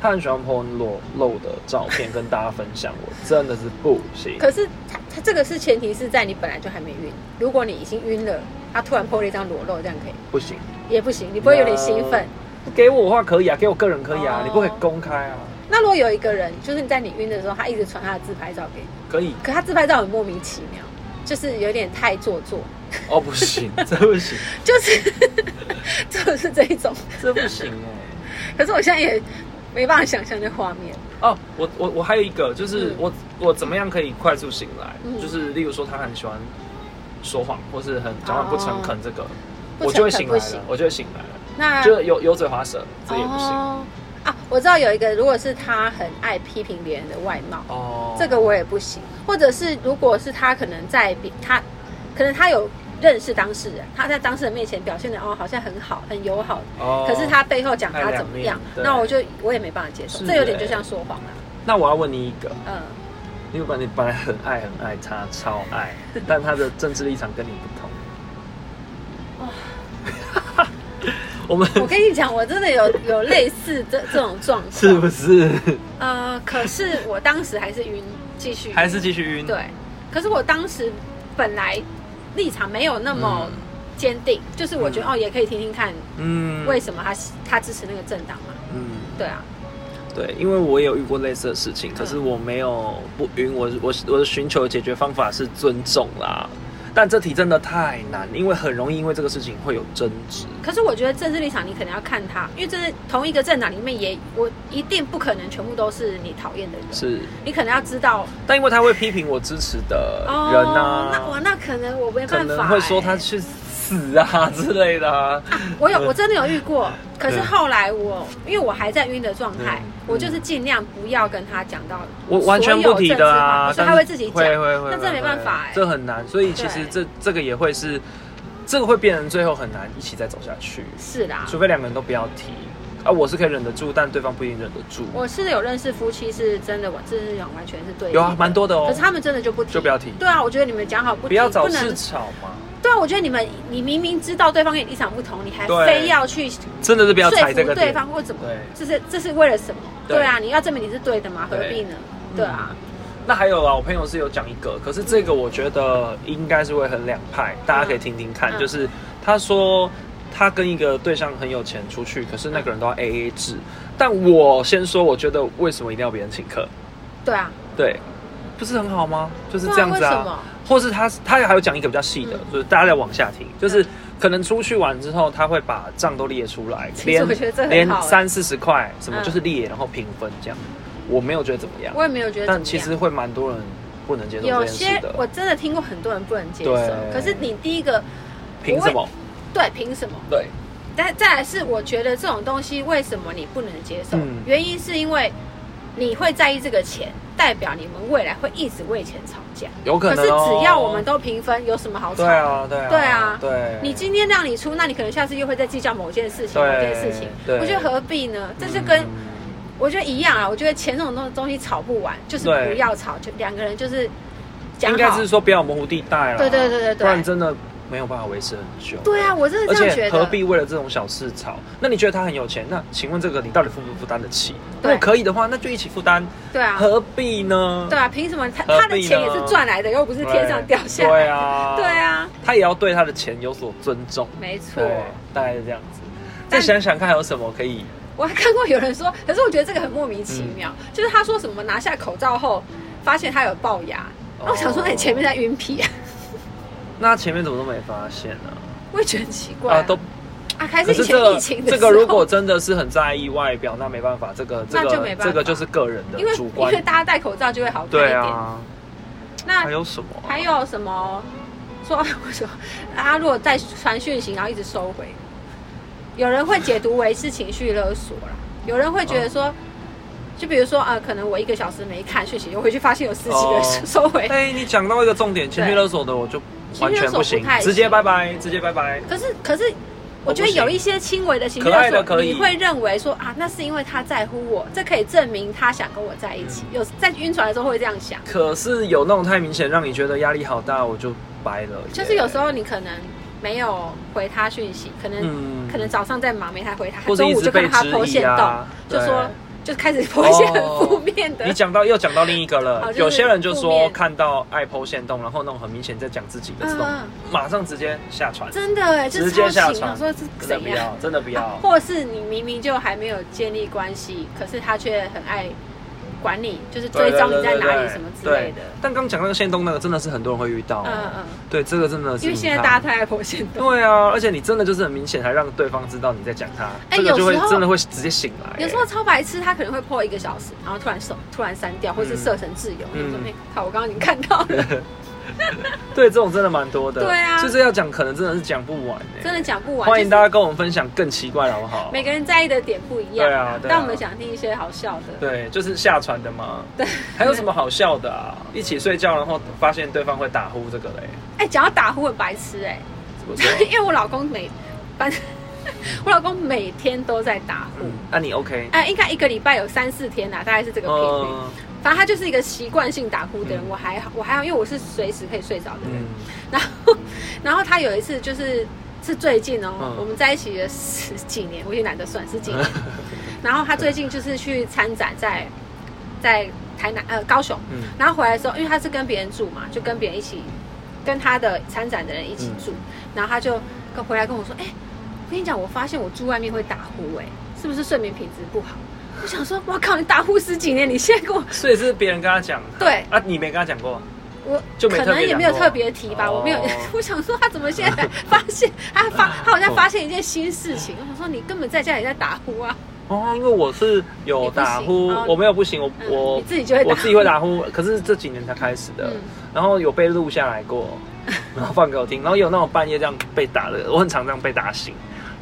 [SPEAKER 1] 他很喜欢 po 裸露的照片跟大家分享，我 真的是不行。
[SPEAKER 2] 可是它它这个是前提是在你本来就还没晕，如果你已经晕了，他突然 PO 了一张裸露，这样可以
[SPEAKER 1] 不行，
[SPEAKER 2] 也不行，你不会有点兴奋。
[SPEAKER 1] 给我的话可以啊，给我个人可以啊，
[SPEAKER 2] 哦
[SPEAKER 1] 你不可以公开啊，
[SPEAKER 2] 那如果有一个人，就是你在你晕的时候，他一直传他的自拍照给你，
[SPEAKER 1] 可以
[SPEAKER 2] 可他自拍照很莫名其妙，就是有点太做作，
[SPEAKER 1] 哦，不行， 这不行，
[SPEAKER 2] 就是 就是这一种。
[SPEAKER 1] 这不行哎、
[SPEAKER 2] 可是我现在也没办法想象那画面，
[SPEAKER 1] 哦，我我我还有一个，就是
[SPEAKER 2] 嗯
[SPEAKER 1] 我、我怎么样可以快速醒来？
[SPEAKER 2] 嗯
[SPEAKER 1] 就是例如说他很喜欢说谎，或是很讲话不诚恳，这个、
[SPEAKER 2] 不
[SPEAKER 1] 我就会
[SPEAKER 2] 诚
[SPEAKER 1] 醒
[SPEAKER 2] 恳
[SPEAKER 1] 来
[SPEAKER 2] 不行
[SPEAKER 1] 了，我就会醒来了，
[SPEAKER 2] 那
[SPEAKER 1] 就是油油嘴滑舌，这也不行。
[SPEAKER 2] 哦啊，我知道有一个，如果是他很爱批评别人的外貌，
[SPEAKER 1] 哦，
[SPEAKER 2] 这个我也不行。或者是如果是他可能在比他，可能他有认识当事人，他在当事人面前表现的哦好像很好很友好，
[SPEAKER 1] 哦
[SPEAKER 2] 可是他背后讲
[SPEAKER 1] 太
[SPEAKER 2] 他
[SPEAKER 1] 两
[SPEAKER 2] 怎么
[SPEAKER 1] 面
[SPEAKER 2] 样，
[SPEAKER 1] 对
[SPEAKER 2] 那我就我也没办法接受，
[SPEAKER 1] 是
[SPEAKER 2] 这有点
[SPEAKER 1] 欸
[SPEAKER 2] 就像说谎了。
[SPEAKER 1] 那我要问你一个，
[SPEAKER 2] 嗯，
[SPEAKER 1] 因为本来你本来很爱很爱他，超 爱，但他的政治立场跟你不同。哦 我们
[SPEAKER 2] 我跟你讲，我真的有有类似这这种状况，
[SPEAKER 1] 是不是
[SPEAKER 2] 呃，可是我当时还是晕，继续晕
[SPEAKER 1] 还是继续晕？，
[SPEAKER 2] 对，可是我当时本来立场没有那么
[SPEAKER 1] 嗯
[SPEAKER 2] 坚定，就是我觉得、
[SPEAKER 1] 嗯
[SPEAKER 2] 哦，也可以听听看
[SPEAKER 1] 嗯
[SPEAKER 2] 为什么他、他支持那个政党嘛。
[SPEAKER 1] 嗯，
[SPEAKER 2] 对啊，
[SPEAKER 1] 对，因为我也有遇过类似的事情，可是
[SPEAKER 2] 嗯
[SPEAKER 1] 我没有不晕，我我我的寻求的解决方法是尊重啦。但这题真的太难，因为很容易因为这个事情会有争执。
[SPEAKER 2] 可是我觉得政治立场你可能要看他，因为这是同一个政党里面也我一定不可能全部都是你讨厌的人，
[SPEAKER 1] 是，
[SPEAKER 2] 你可能要知道
[SPEAKER 1] 但因为他会批评我支持的
[SPEAKER 2] 哦，
[SPEAKER 1] 人呐、
[SPEAKER 2] 那我那可能我没
[SPEAKER 1] 可
[SPEAKER 2] 办法、
[SPEAKER 1] 能会说他
[SPEAKER 2] 欸
[SPEAKER 1] 去死 啊之类的啊。
[SPEAKER 2] 我有，我真的有遇过，可是
[SPEAKER 1] 嗯
[SPEAKER 2] 后来我，因为我还在晕的状态
[SPEAKER 1] 嗯，
[SPEAKER 2] 我就是尽量不要跟他讲到
[SPEAKER 1] 我完全不提的啊，
[SPEAKER 2] 所有政治话题所以他
[SPEAKER 1] 但
[SPEAKER 2] 会
[SPEAKER 1] 是
[SPEAKER 2] 自己讲
[SPEAKER 1] 会。会会，
[SPEAKER 2] 那这
[SPEAKER 1] 会
[SPEAKER 2] 没办法欸
[SPEAKER 1] 这很难，所以其实这这个也会是，这个会变成最后很难一起再走下去，
[SPEAKER 2] 是啦，
[SPEAKER 1] 除非两个人都不要提。啊，我是可以忍得住，但对方不一定忍得住。
[SPEAKER 2] 我是有认识夫妻是真的，我这是完全是对立的
[SPEAKER 1] 有啊，蛮多的哦
[SPEAKER 2] 可是。他们真的就不提，
[SPEAKER 1] 就不要提
[SPEAKER 2] 对啊，我觉得你们讲好不提
[SPEAKER 1] 不要找
[SPEAKER 2] 不
[SPEAKER 1] 事
[SPEAKER 2] 能。
[SPEAKER 1] 吵嘛，
[SPEAKER 2] 对啊，我觉得你们你明明知道对方跟你立场不同，你还
[SPEAKER 1] 对
[SPEAKER 2] 非要去
[SPEAKER 1] 真的是不要
[SPEAKER 2] 说
[SPEAKER 1] 踩这
[SPEAKER 2] 服
[SPEAKER 1] 个
[SPEAKER 2] 对
[SPEAKER 1] 点。
[SPEAKER 2] 方或怎么
[SPEAKER 1] 对，
[SPEAKER 2] 这是这是为了什么？
[SPEAKER 1] 对
[SPEAKER 2] 对啊，你要证明你是对的嘛，何
[SPEAKER 1] 对
[SPEAKER 2] 必呢？
[SPEAKER 1] 嗯
[SPEAKER 2] 对啊，
[SPEAKER 1] 那还有啊，我朋友是有讲一个，可是这个我觉得应该是会很两派，大家可以听听看。
[SPEAKER 2] 嗯
[SPEAKER 1] 就是他说他跟一个对象很有钱出去，可是那个人都
[SPEAKER 2] 嗯
[SPEAKER 1] 要 A A 制。但我先说，我觉得为什么一定要别人请客？
[SPEAKER 2] 对啊，
[SPEAKER 1] 对，不是很好吗？就是
[SPEAKER 2] 对啊
[SPEAKER 1] 这样子
[SPEAKER 2] 为什
[SPEAKER 1] 啊
[SPEAKER 2] 么。
[SPEAKER 1] 或是他他还有讲一个比较细的，
[SPEAKER 2] 嗯
[SPEAKER 1] 就是大家再往下听，就是
[SPEAKER 2] 嗯
[SPEAKER 1] 可能出去玩之后，他会把账都列出来，
[SPEAKER 2] 其实
[SPEAKER 1] 连
[SPEAKER 2] 我觉得这很好
[SPEAKER 1] 连
[SPEAKER 2] 欸
[SPEAKER 1] 三四十块什么
[SPEAKER 2] 嗯
[SPEAKER 1] 就是列，然后平分这样。我没有觉得怎么样。
[SPEAKER 2] 我也没有觉得怎
[SPEAKER 1] 但
[SPEAKER 2] 么样。
[SPEAKER 1] 其实会蛮多人不能接受
[SPEAKER 2] 有
[SPEAKER 1] 这件
[SPEAKER 2] 些
[SPEAKER 1] 事的。
[SPEAKER 2] 我真的听过很多人不能接受
[SPEAKER 1] 对，
[SPEAKER 2] 可是你第一个
[SPEAKER 1] 凭什么？
[SPEAKER 2] 对凭什么？
[SPEAKER 1] 对，
[SPEAKER 2] 但再来是我觉得这种东西为什么你不能接受？
[SPEAKER 1] 嗯
[SPEAKER 2] 原因是因为你会在意这个钱，代表你们未来会一直为钱吵架。
[SPEAKER 1] 有可能、
[SPEAKER 2] 是
[SPEAKER 1] 哦。
[SPEAKER 2] 只要我们都平分，有什么好吵？
[SPEAKER 1] 对啊，对啊，
[SPEAKER 2] 对啊
[SPEAKER 1] 对。
[SPEAKER 2] 你今天让你出，那你可能下次又会再计较某件事情、
[SPEAKER 1] 对
[SPEAKER 2] 某件事情。
[SPEAKER 1] 对
[SPEAKER 2] 我觉得何必呢？这就跟、
[SPEAKER 1] 嗯
[SPEAKER 2] 我觉得一样啊。我觉得钱这种东东西吵不完，就是
[SPEAKER 1] 对
[SPEAKER 2] 不要吵，就两个人就是讲
[SPEAKER 1] 应该
[SPEAKER 2] 好
[SPEAKER 1] 是。说不要有模糊地带了。
[SPEAKER 2] 对对对对对
[SPEAKER 1] 不然真的没有办法维持很久。
[SPEAKER 2] 对啊，。我真的
[SPEAKER 1] 而
[SPEAKER 2] 这样觉
[SPEAKER 1] 且
[SPEAKER 2] 得。
[SPEAKER 1] 何必为了这种小事吵？那你觉得他很有钱？那请问这个你到底负不负担得起？如
[SPEAKER 2] 对
[SPEAKER 1] 果可以的话，那就一起负担，
[SPEAKER 2] 对啊，
[SPEAKER 1] 何必呢？
[SPEAKER 2] 对啊，凭什么他
[SPEAKER 1] 何必呢
[SPEAKER 2] 他的钱也是赚来的，又不是
[SPEAKER 1] 对，
[SPEAKER 2] 天上掉下来的？
[SPEAKER 1] 对啊，
[SPEAKER 2] 对，啊，
[SPEAKER 1] 他也要对他的钱有所尊重。
[SPEAKER 2] 没错。
[SPEAKER 1] 对，大概是这样子。再
[SPEAKER 2] 但
[SPEAKER 1] 想想看还有什么可以
[SPEAKER 2] 我还看过有人说，可是我觉得这个很莫名其妙，
[SPEAKER 1] 嗯
[SPEAKER 2] 就是他说什么拿下口罩后发现他有龅牙，然后我想说
[SPEAKER 1] 哦
[SPEAKER 2] 那你前面在晕皮、啊，
[SPEAKER 1] 那前面怎么都没发现呢、
[SPEAKER 2] 我也觉得很奇怪
[SPEAKER 1] 啊？都
[SPEAKER 2] 啊，还
[SPEAKER 1] 可
[SPEAKER 2] 是以
[SPEAKER 1] 这
[SPEAKER 2] 前
[SPEAKER 1] 个
[SPEAKER 2] 疫情的
[SPEAKER 1] 这
[SPEAKER 2] 时候
[SPEAKER 1] 个如果真的是很在意外表，那没办法，这个这
[SPEAKER 2] 那就
[SPEAKER 1] 个
[SPEAKER 2] 没办法
[SPEAKER 1] 这个就是个人的
[SPEAKER 2] 因为
[SPEAKER 1] 主
[SPEAKER 2] 因为
[SPEAKER 1] 观。
[SPEAKER 2] 大家戴口罩就会好看一
[SPEAKER 1] 对
[SPEAKER 2] 点。
[SPEAKER 1] 啊，还
[SPEAKER 2] 那
[SPEAKER 1] 有什么啊、
[SPEAKER 2] 还有什么说 为什么啊？如果再传讯息，然后一直收回，有人会解读为是情绪勒索啦，有人会觉得
[SPEAKER 1] 哦
[SPEAKER 2] 说。就比如说，呃，可能我一个小时没看讯息，我回去发现有十几个
[SPEAKER 1] 哦
[SPEAKER 2] 收收回，
[SPEAKER 1] 哎、你讲到一个重点，情绪勒索的我就完全不
[SPEAKER 2] 情绪勒索
[SPEAKER 1] 行
[SPEAKER 2] 不太，行
[SPEAKER 1] 直接拜拜，直接拜拜。
[SPEAKER 2] 可是，可是，我
[SPEAKER 1] 我
[SPEAKER 2] 觉得
[SPEAKER 1] 不行
[SPEAKER 2] 有一些轻微的情绪
[SPEAKER 1] 可爱
[SPEAKER 2] 勒
[SPEAKER 1] 的
[SPEAKER 2] 索，
[SPEAKER 1] 可以
[SPEAKER 2] 你会认为说啊，那是因为他在乎我，这可以证明他想跟我在一
[SPEAKER 1] 嗯
[SPEAKER 2] 起。有在晕船的时候会这样想，
[SPEAKER 1] 可是有那种太明显让你觉得压力好大，我就掰了耶。
[SPEAKER 2] 就是有时候你可能没有回他讯息，可能、
[SPEAKER 1] 嗯
[SPEAKER 2] 可能早上在忙没太回他，
[SPEAKER 1] 或者
[SPEAKER 2] 中
[SPEAKER 1] 一
[SPEAKER 2] 午
[SPEAKER 1] 直
[SPEAKER 2] 就看
[SPEAKER 1] 被
[SPEAKER 2] 到他
[SPEAKER 1] 质
[SPEAKER 2] 剖线
[SPEAKER 1] 疑
[SPEAKER 2] 动
[SPEAKER 1] 啊，，
[SPEAKER 2] 就
[SPEAKER 1] 对哦
[SPEAKER 2] 说就开始剖一些很负面的。
[SPEAKER 1] 你讲到又讲到另一个了，
[SPEAKER 2] 哦就是
[SPEAKER 1] 有些人就
[SPEAKER 2] 负
[SPEAKER 1] 说
[SPEAKER 2] 面
[SPEAKER 1] 看到爱剖线动，然后那种很明显在讲自己的这种，
[SPEAKER 2] 嗯嗯
[SPEAKER 1] 马上直接下船，
[SPEAKER 2] 真的哎，就
[SPEAKER 1] 直接
[SPEAKER 2] 是
[SPEAKER 1] 下
[SPEAKER 2] 超情
[SPEAKER 1] 船
[SPEAKER 2] 啊！说是
[SPEAKER 1] 真的
[SPEAKER 2] 怎
[SPEAKER 1] 不
[SPEAKER 2] 样啊
[SPEAKER 1] 要，？ 真的不要。
[SPEAKER 2] 或是你明明就还没有建立关系，可是他却很爱管你，就是
[SPEAKER 1] 对
[SPEAKER 2] 追
[SPEAKER 1] 对
[SPEAKER 2] 踪你在
[SPEAKER 1] 对
[SPEAKER 2] 哪
[SPEAKER 1] 对
[SPEAKER 2] 里什么之
[SPEAKER 1] 对
[SPEAKER 2] 类的。
[SPEAKER 1] 但刚讲那个限动那个真的是很多人会遇到，哦
[SPEAKER 2] 嗯嗯，
[SPEAKER 1] 对，这个真的是
[SPEAKER 2] 因为现在
[SPEAKER 1] 你看
[SPEAKER 2] 大家太爱破线动，
[SPEAKER 1] 对啊，而且你真的就是很明显，还让对方知道你在讲他，
[SPEAKER 2] 哎
[SPEAKER 1] 这个就会
[SPEAKER 2] 有时候
[SPEAKER 1] 真的会直接醒来。
[SPEAKER 2] 有时候超白痴，他可能会破一个小时，然后突然手突然删掉，或是
[SPEAKER 1] 嗯
[SPEAKER 2] 设成自由。
[SPEAKER 1] 嗯
[SPEAKER 2] 嗯，说哎靠，我刚刚已经看到了，
[SPEAKER 1] 对这种真的蛮多的，
[SPEAKER 2] 对啊
[SPEAKER 1] 就是要讲，可能真的是讲不完、欸。
[SPEAKER 2] 真的讲不完。
[SPEAKER 1] 欢迎
[SPEAKER 2] 就
[SPEAKER 1] 大
[SPEAKER 2] 是
[SPEAKER 1] 家跟我们分享更奇怪的好不好？
[SPEAKER 2] 每个人在意的点不一样
[SPEAKER 1] 对啊对啊
[SPEAKER 2] 但我们想听一些好笑的。
[SPEAKER 1] 对，就是下船的嘛。对，还有什么好笑的啊？一起睡觉，然后发现对方会打呼，这个嘞，
[SPEAKER 2] 哎，讲到打呼很白痴哎，
[SPEAKER 1] 怎么说？
[SPEAKER 2] 因为我老公每，反正 我老公每天都在打呼
[SPEAKER 1] 嗯。，那、你 OK？
[SPEAKER 2] 哎、应该一个礼拜有三四天呐、大概是这个频率。
[SPEAKER 1] 嗯
[SPEAKER 2] 反正他就是一个习惯性打呼的人，
[SPEAKER 1] 嗯
[SPEAKER 2] 我还好，我还好，因为我是随时可以睡着的人。
[SPEAKER 1] 嗯，
[SPEAKER 2] 然后，然后他有一次就是是最近哦，
[SPEAKER 1] 嗯
[SPEAKER 2] 我们在一起了十几年，我已经懒得算十几年。然后他最近就是去参展在，在台南呃高雄，
[SPEAKER 1] 嗯
[SPEAKER 2] 然后回来的时候，因为他是跟别人住嘛，就跟别人一起，跟他的参展的人一起住，
[SPEAKER 1] 嗯
[SPEAKER 2] 然后他就跟回来跟我说，哎、我跟你讲，我发现我住外面会打呼、哎，是不是睡眠品质不好？我想说，我靠，你打呼十几年，你现在跟我，
[SPEAKER 1] 所以是别人跟他讲，
[SPEAKER 2] 对
[SPEAKER 1] 啊，你没跟他讲过，
[SPEAKER 2] 我
[SPEAKER 1] 就没
[SPEAKER 2] 可
[SPEAKER 1] 特别
[SPEAKER 2] 能也
[SPEAKER 1] 讲
[SPEAKER 2] 没有
[SPEAKER 1] 过
[SPEAKER 2] 特别提吧，
[SPEAKER 1] 哦
[SPEAKER 2] 我没有， 我想说他怎么现 在才发现，他发他好像发现一件新事
[SPEAKER 1] 嗯
[SPEAKER 2] 情，我想说你根本在家里在打呼啊，
[SPEAKER 1] 哦，因为我是有打呼，
[SPEAKER 2] 你不行哦
[SPEAKER 1] 我没有不行，我、
[SPEAKER 2] 嗯
[SPEAKER 1] 我
[SPEAKER 2] 你自己就会打呼
[SPEAKER 1] 我自己会打呼，可是这几年才开始的，
[SPEAKER 2] 嗯
[SPEAKER 1] 然后有被录下来过， 然后放给我听，然后有那种半夜这样被打的，我很常这样被打醒，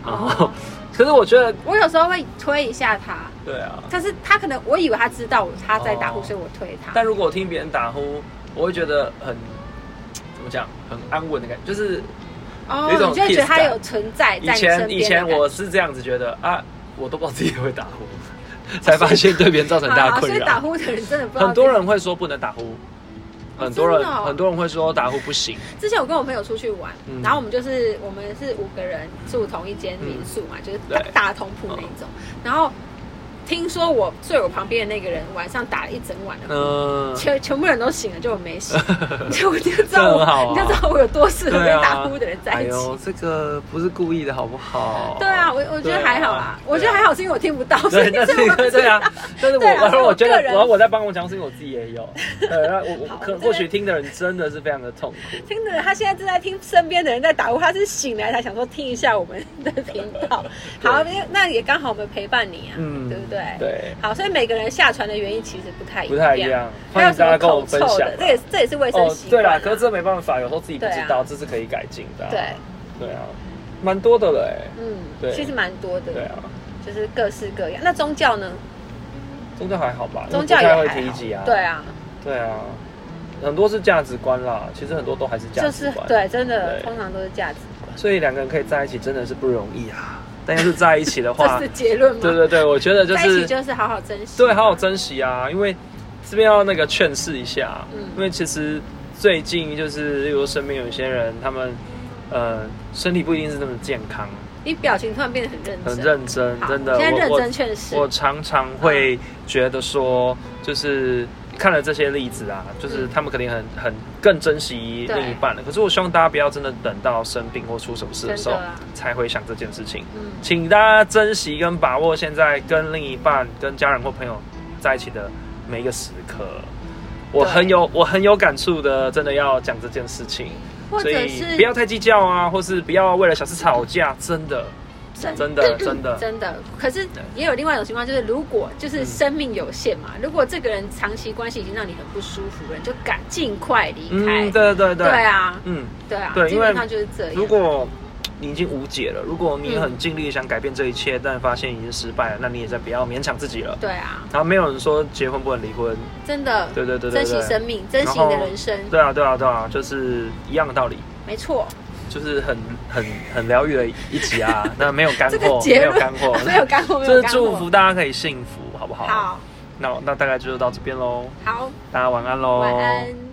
[SPEAKER 1] 然后、
[SPEAKER 2] 哦
[SPEAKER 1] 可是我觉得，
[SPEAKER 2] 我有时候会推一下他，
[SPEAKER 1] 对啊，
[SPEAKER 2] 但是他可能我以为他知道我他在打呼，
[SPEAKER 1] 哦
[SPEAKER 2] 所以我推他。
[SPEAKER 1] 但如果我听别人打呼，我会觉得很怎么讲，很安稳的感觉，就是
[SPEAKER 2] 哦，
[SPEAKER 1] 有一种
[SPEAKER 2] 你就会觉得
[SPEAKER 1] peace
[SPEAKER 2] 他
[SPEAKER 1] 感
[SPEAKER 2] 有存在
[SPEAKER 1] 以
[SPEAKER 2] 在你身
[SPEAKER 1] 前
[SPEAKER 2] 边。
[SPEAKER 1] 以前我是这样子觉得啊，我都不知道自己会打呼， 才发现对别人造成很大的
[SPEAKER 2] 好，所
[SPEAKER 1] 困
[SPEAKER 2] 以
[SPEAKER 1] 扰。
[SPEAKER 2] 打呼的人真的不知道。
[SPEAKER 1] 很多人会说不能打呼，
[SPEAKER 2] 哦
[SPEAKER 1] 很多人、
[SPEAKER 2] 真的哦
[SPEAKER 1] 很多人会说打呼不行。
[SPEAKER 2] 之前我跟我朋友出去玩，
[SPEAKER 1] 嗯
[SPEAKER 2] 然后我们就是我们是五个人住同一间民宿嘛，就是
[SPEAKER 1] 嗯对
[SPEAKER 2] 大大通铺那一种。然后听说我睡我旁边的那个人晚上打了一整晚的呼，
[SPEAKER 1] 嗯、
[SPEAKER 2] 全全部人都醒了，就我 没醒，就你就知道
[SPEAKER 1] 这很好啊
[SPEAKER 2] 我，你就知道我有多适合
[SPEAKER 1] 对
[SPEAKER 2] 跟
[SPEAKER 1] 啊，
[SPEAKER 2] 打呼的人在
[SPEAKER 1] 哎
[SPEAKER 2] 一起。
[SPEAKER 1] 呦，这个不是故意的好不好？
[SPEAKER 2] 对啊，我我觉
[SPEAKER 1] 对
[SPEAKER 2] 得
[SPEAKER 1] 啊
[SPEAKER 2] 还好啦，我觉得还。好是因为我听不到，所
[SPEAKER 1] 对
[SPEAKER 2] 以
[SPEAKER 1] 对，但
[SPEAKER 2] 所以我
[SPEAKER 1] 是
[SPEAKER 2] 不知
[SPEAKER 1] 对啊，但是我，
[SPEAKER 2] 对啊
[SPEAKER 1] 然后我觉得
[SPEAKER 2] 所以我个，人
[SPEAKER 1] 我要我在帮我讲，是因为我自己也有，对，然后我我
[SPEAKER 2] 好
[SPEAKER 1] 可
[SPEAKER 2] 这边
[SPEAKER 1] 或许听的人真的是非常的痛苦，
[SPEAKER 2] 听的人，他现在正在听身边的人在打呼，他是醒来才想说听一下我们的频道。
[SPEAKER 1] 对
[SPEAKER 2] 好，那也刚好我们陪伴你啊，
[SPEAKER 1] 嗯
[SPEAKER 2] 对不对？。
[SPEAKER 1] 对，
[SPEAKER 2] 好，所以每个人下船的原因其实不太一样，
[SPEAKER 1] 不太一样，
[SPEAKER 2] 还
[SPEAKER 1] 欢
[SPEAKER 2] 有
[SPEAKER 1] 迎
[SPEAKER 2] 什
[SPEAKER 1] 大
[SPEAKER 2] 么
[SPEAKER 1] 家跟我
[SPEAKER 2] 口
[SPEAKER 1] 们分
[SPEAKER 2] 臭
[SPEAKER 1] 享啊
[SPEAKER 2] 的，。这也是这也是卫生
[SPEAKER 1] 哦，
[SPEAKER 2] 习
[SPEAKER 1] 对
[SPEAKER 2] 惯、
[SPEAKER 1] 啦，可是这没办法，有时候自己不知
[SPEAKER 2] 对
[SPEAKER 1] 道，
[SPEAKER 2] 啊
[SPEAKER 1] 这是可以改进的啊。
[SPEAKER 2] 对，
[SPEAKER 1] 对啊，蛮多的嘞，
[SPEAKER 2] 嗯，
[SPEAKER 1] 对
[SPEAKER 2] 其实蛮多的，
[SPEAKER 1] 对啊。
[SPEAKER 2] 就是各式各样。那宗教呢？
[SPEAKER 1] 宗教还好吧？
[SPEAKER 2] 宗教
[SPEAKER 1] 因
[SPEAKER 2] 也
[SPEAKER 1] 为不
[SPEAKER 2] 还
[SPEAKER 1] 太
[SPEAKER 2] 好
[SPEAKER 1] 会提及啊。
[SPEAKER 2] 对啊，
[SPEAKER 1] 对啊，很多是价值观啦，其实很多都还是价
[SPEAKER 2] 就
[SPEAKER 1] 值
[SPEAKER 2] 是
[SPEAKER 1] 观。，
[SPEAKER 2] 对，真的
[SPEAKER 1] 对
[SPEAKER 2] 通常都是价值观，
[SPEAKER 1] 所以两个人可以在一起真的是不容易啊。但要是在一起的话
[SPEAKER 2] 这是，结论吗？
[SPEAKER 1] 对对对，我觉得就
[SPEAKER 2] 在一
[SPEAKER 1] 是
[SPEAKER 2] 起就是好好珍惜，
[SPEAKER 1] 对，好好珍惜啊，因为这边要那个劝示一下，
[SPEAKER 2] 嗯
[SPEAKER 1] 因为其实最近就是，例如身边有一些人，他们呃身体不一定是那么健康，
[SPEAKER 2] 你表情突然变得很认真，
[SPEAKER 1] 很认真，
[SPEAKER 2] 好
[SPEAKER 1] 真的，
[SPEAKER 2] 现在
[SPEAKER 1] 我
[SPEAKER 2] 认
[SPEAKER 1] 我
[SPEAKER 2] 真劝世，
[SPEAKER 1] 我常常会觉得说，就是看了这些例子啊，就是他们肯定很很更珍惜
[SPEAKER 2] 对
[SPEAKER 1] 另一半了。可是我希望大家不要真的等到生病或出什么事的时候
[SPEAKER 2] 真的啊
[SPEAKER 1] 才会想这件事情，
[SPEAKER 2] 嗯。
[SPEAKER 1] 啊请大家珍惜跟把握现在跟另一半、跟家人或朋友在一起的每一个时刻。我
[SPEAKER 2] 对
[SPEAKER 1] 很有我很有感触的，真的要讲这件事情，
[SPEAKER 2] 或
[SPEAKER 1] 所
[SPEAKER 2] 者
[SPEAKER 1] 以
[SPEAKER 2] 是
[SPEAKER 1] 不要太计较啊，或是不要为了小事吵架，真的
[SPEAKER 2] 真
[SPEAKER 1] 真 的真的嗯
[SPEAKER 2] 真的，可是也有另外一种情况，就是如果就是生命有限嘛，如果这个人长期关系已经让你很不舒服了，你就赶尽快离开。
[SPEAKER 1] 嗯，对对对，
[SPEAKER 2] 对啊，
[SPEAKER 1] 嗯。
[SPEAKER 2] 对啊，
[SPEAKER 1] 对
[SPEAKER 2] 基
[SPEAKER 1] 因为
[SPEAKER 2] 本上就是这样。
[SPEAKER 1] 如果你已经无解了，如果你
[SPEAKER 2] 嗯
[SPEAKER 1] 很尽力想改变这一切，但发现已经失败了，那你也再不要勉强自己了。
[SPEAKER 2] 对啊，
[SPEAKER 1] 然后没有人说结婚不能离婚，
[SPEAKER 2] 真的，
[SPEAKER 1] 对对对对对，
[SPEAKER 2] 珍惜生命，珍惜你的人生，
[SPEAKER 1] 对啊对啊对啊，就是一样的道理，
[SPEAKER 2] 没错，
[SPEAKER 1] 就是很很很疗愈的一集啊。那没有干
[SPEAKER 2] 这个
[SPEAKER 1] 货，没
[SPEAKER 2] 结
[SPEAKER 1] 有
[SPEAKER 2] 论
[SPEAKER 1] 干货
[SPEAKER 2] ，没有干货，没
[SPEAKER 1] 就
[SPEAKER 2] 有
[SPEAKER 1] 是
[SPEAKER 2] 干货。
[SPEAKER 1] 祝福大家可以幸福，好不好？
[SPEAKER 2] 好，
[SPEAKER 1] 那那大概就到这边喽，
[SPEAKER 2] 好，
[SPEAKER 1] 大家晚安喽，
[SPEAKER 2] 晚安。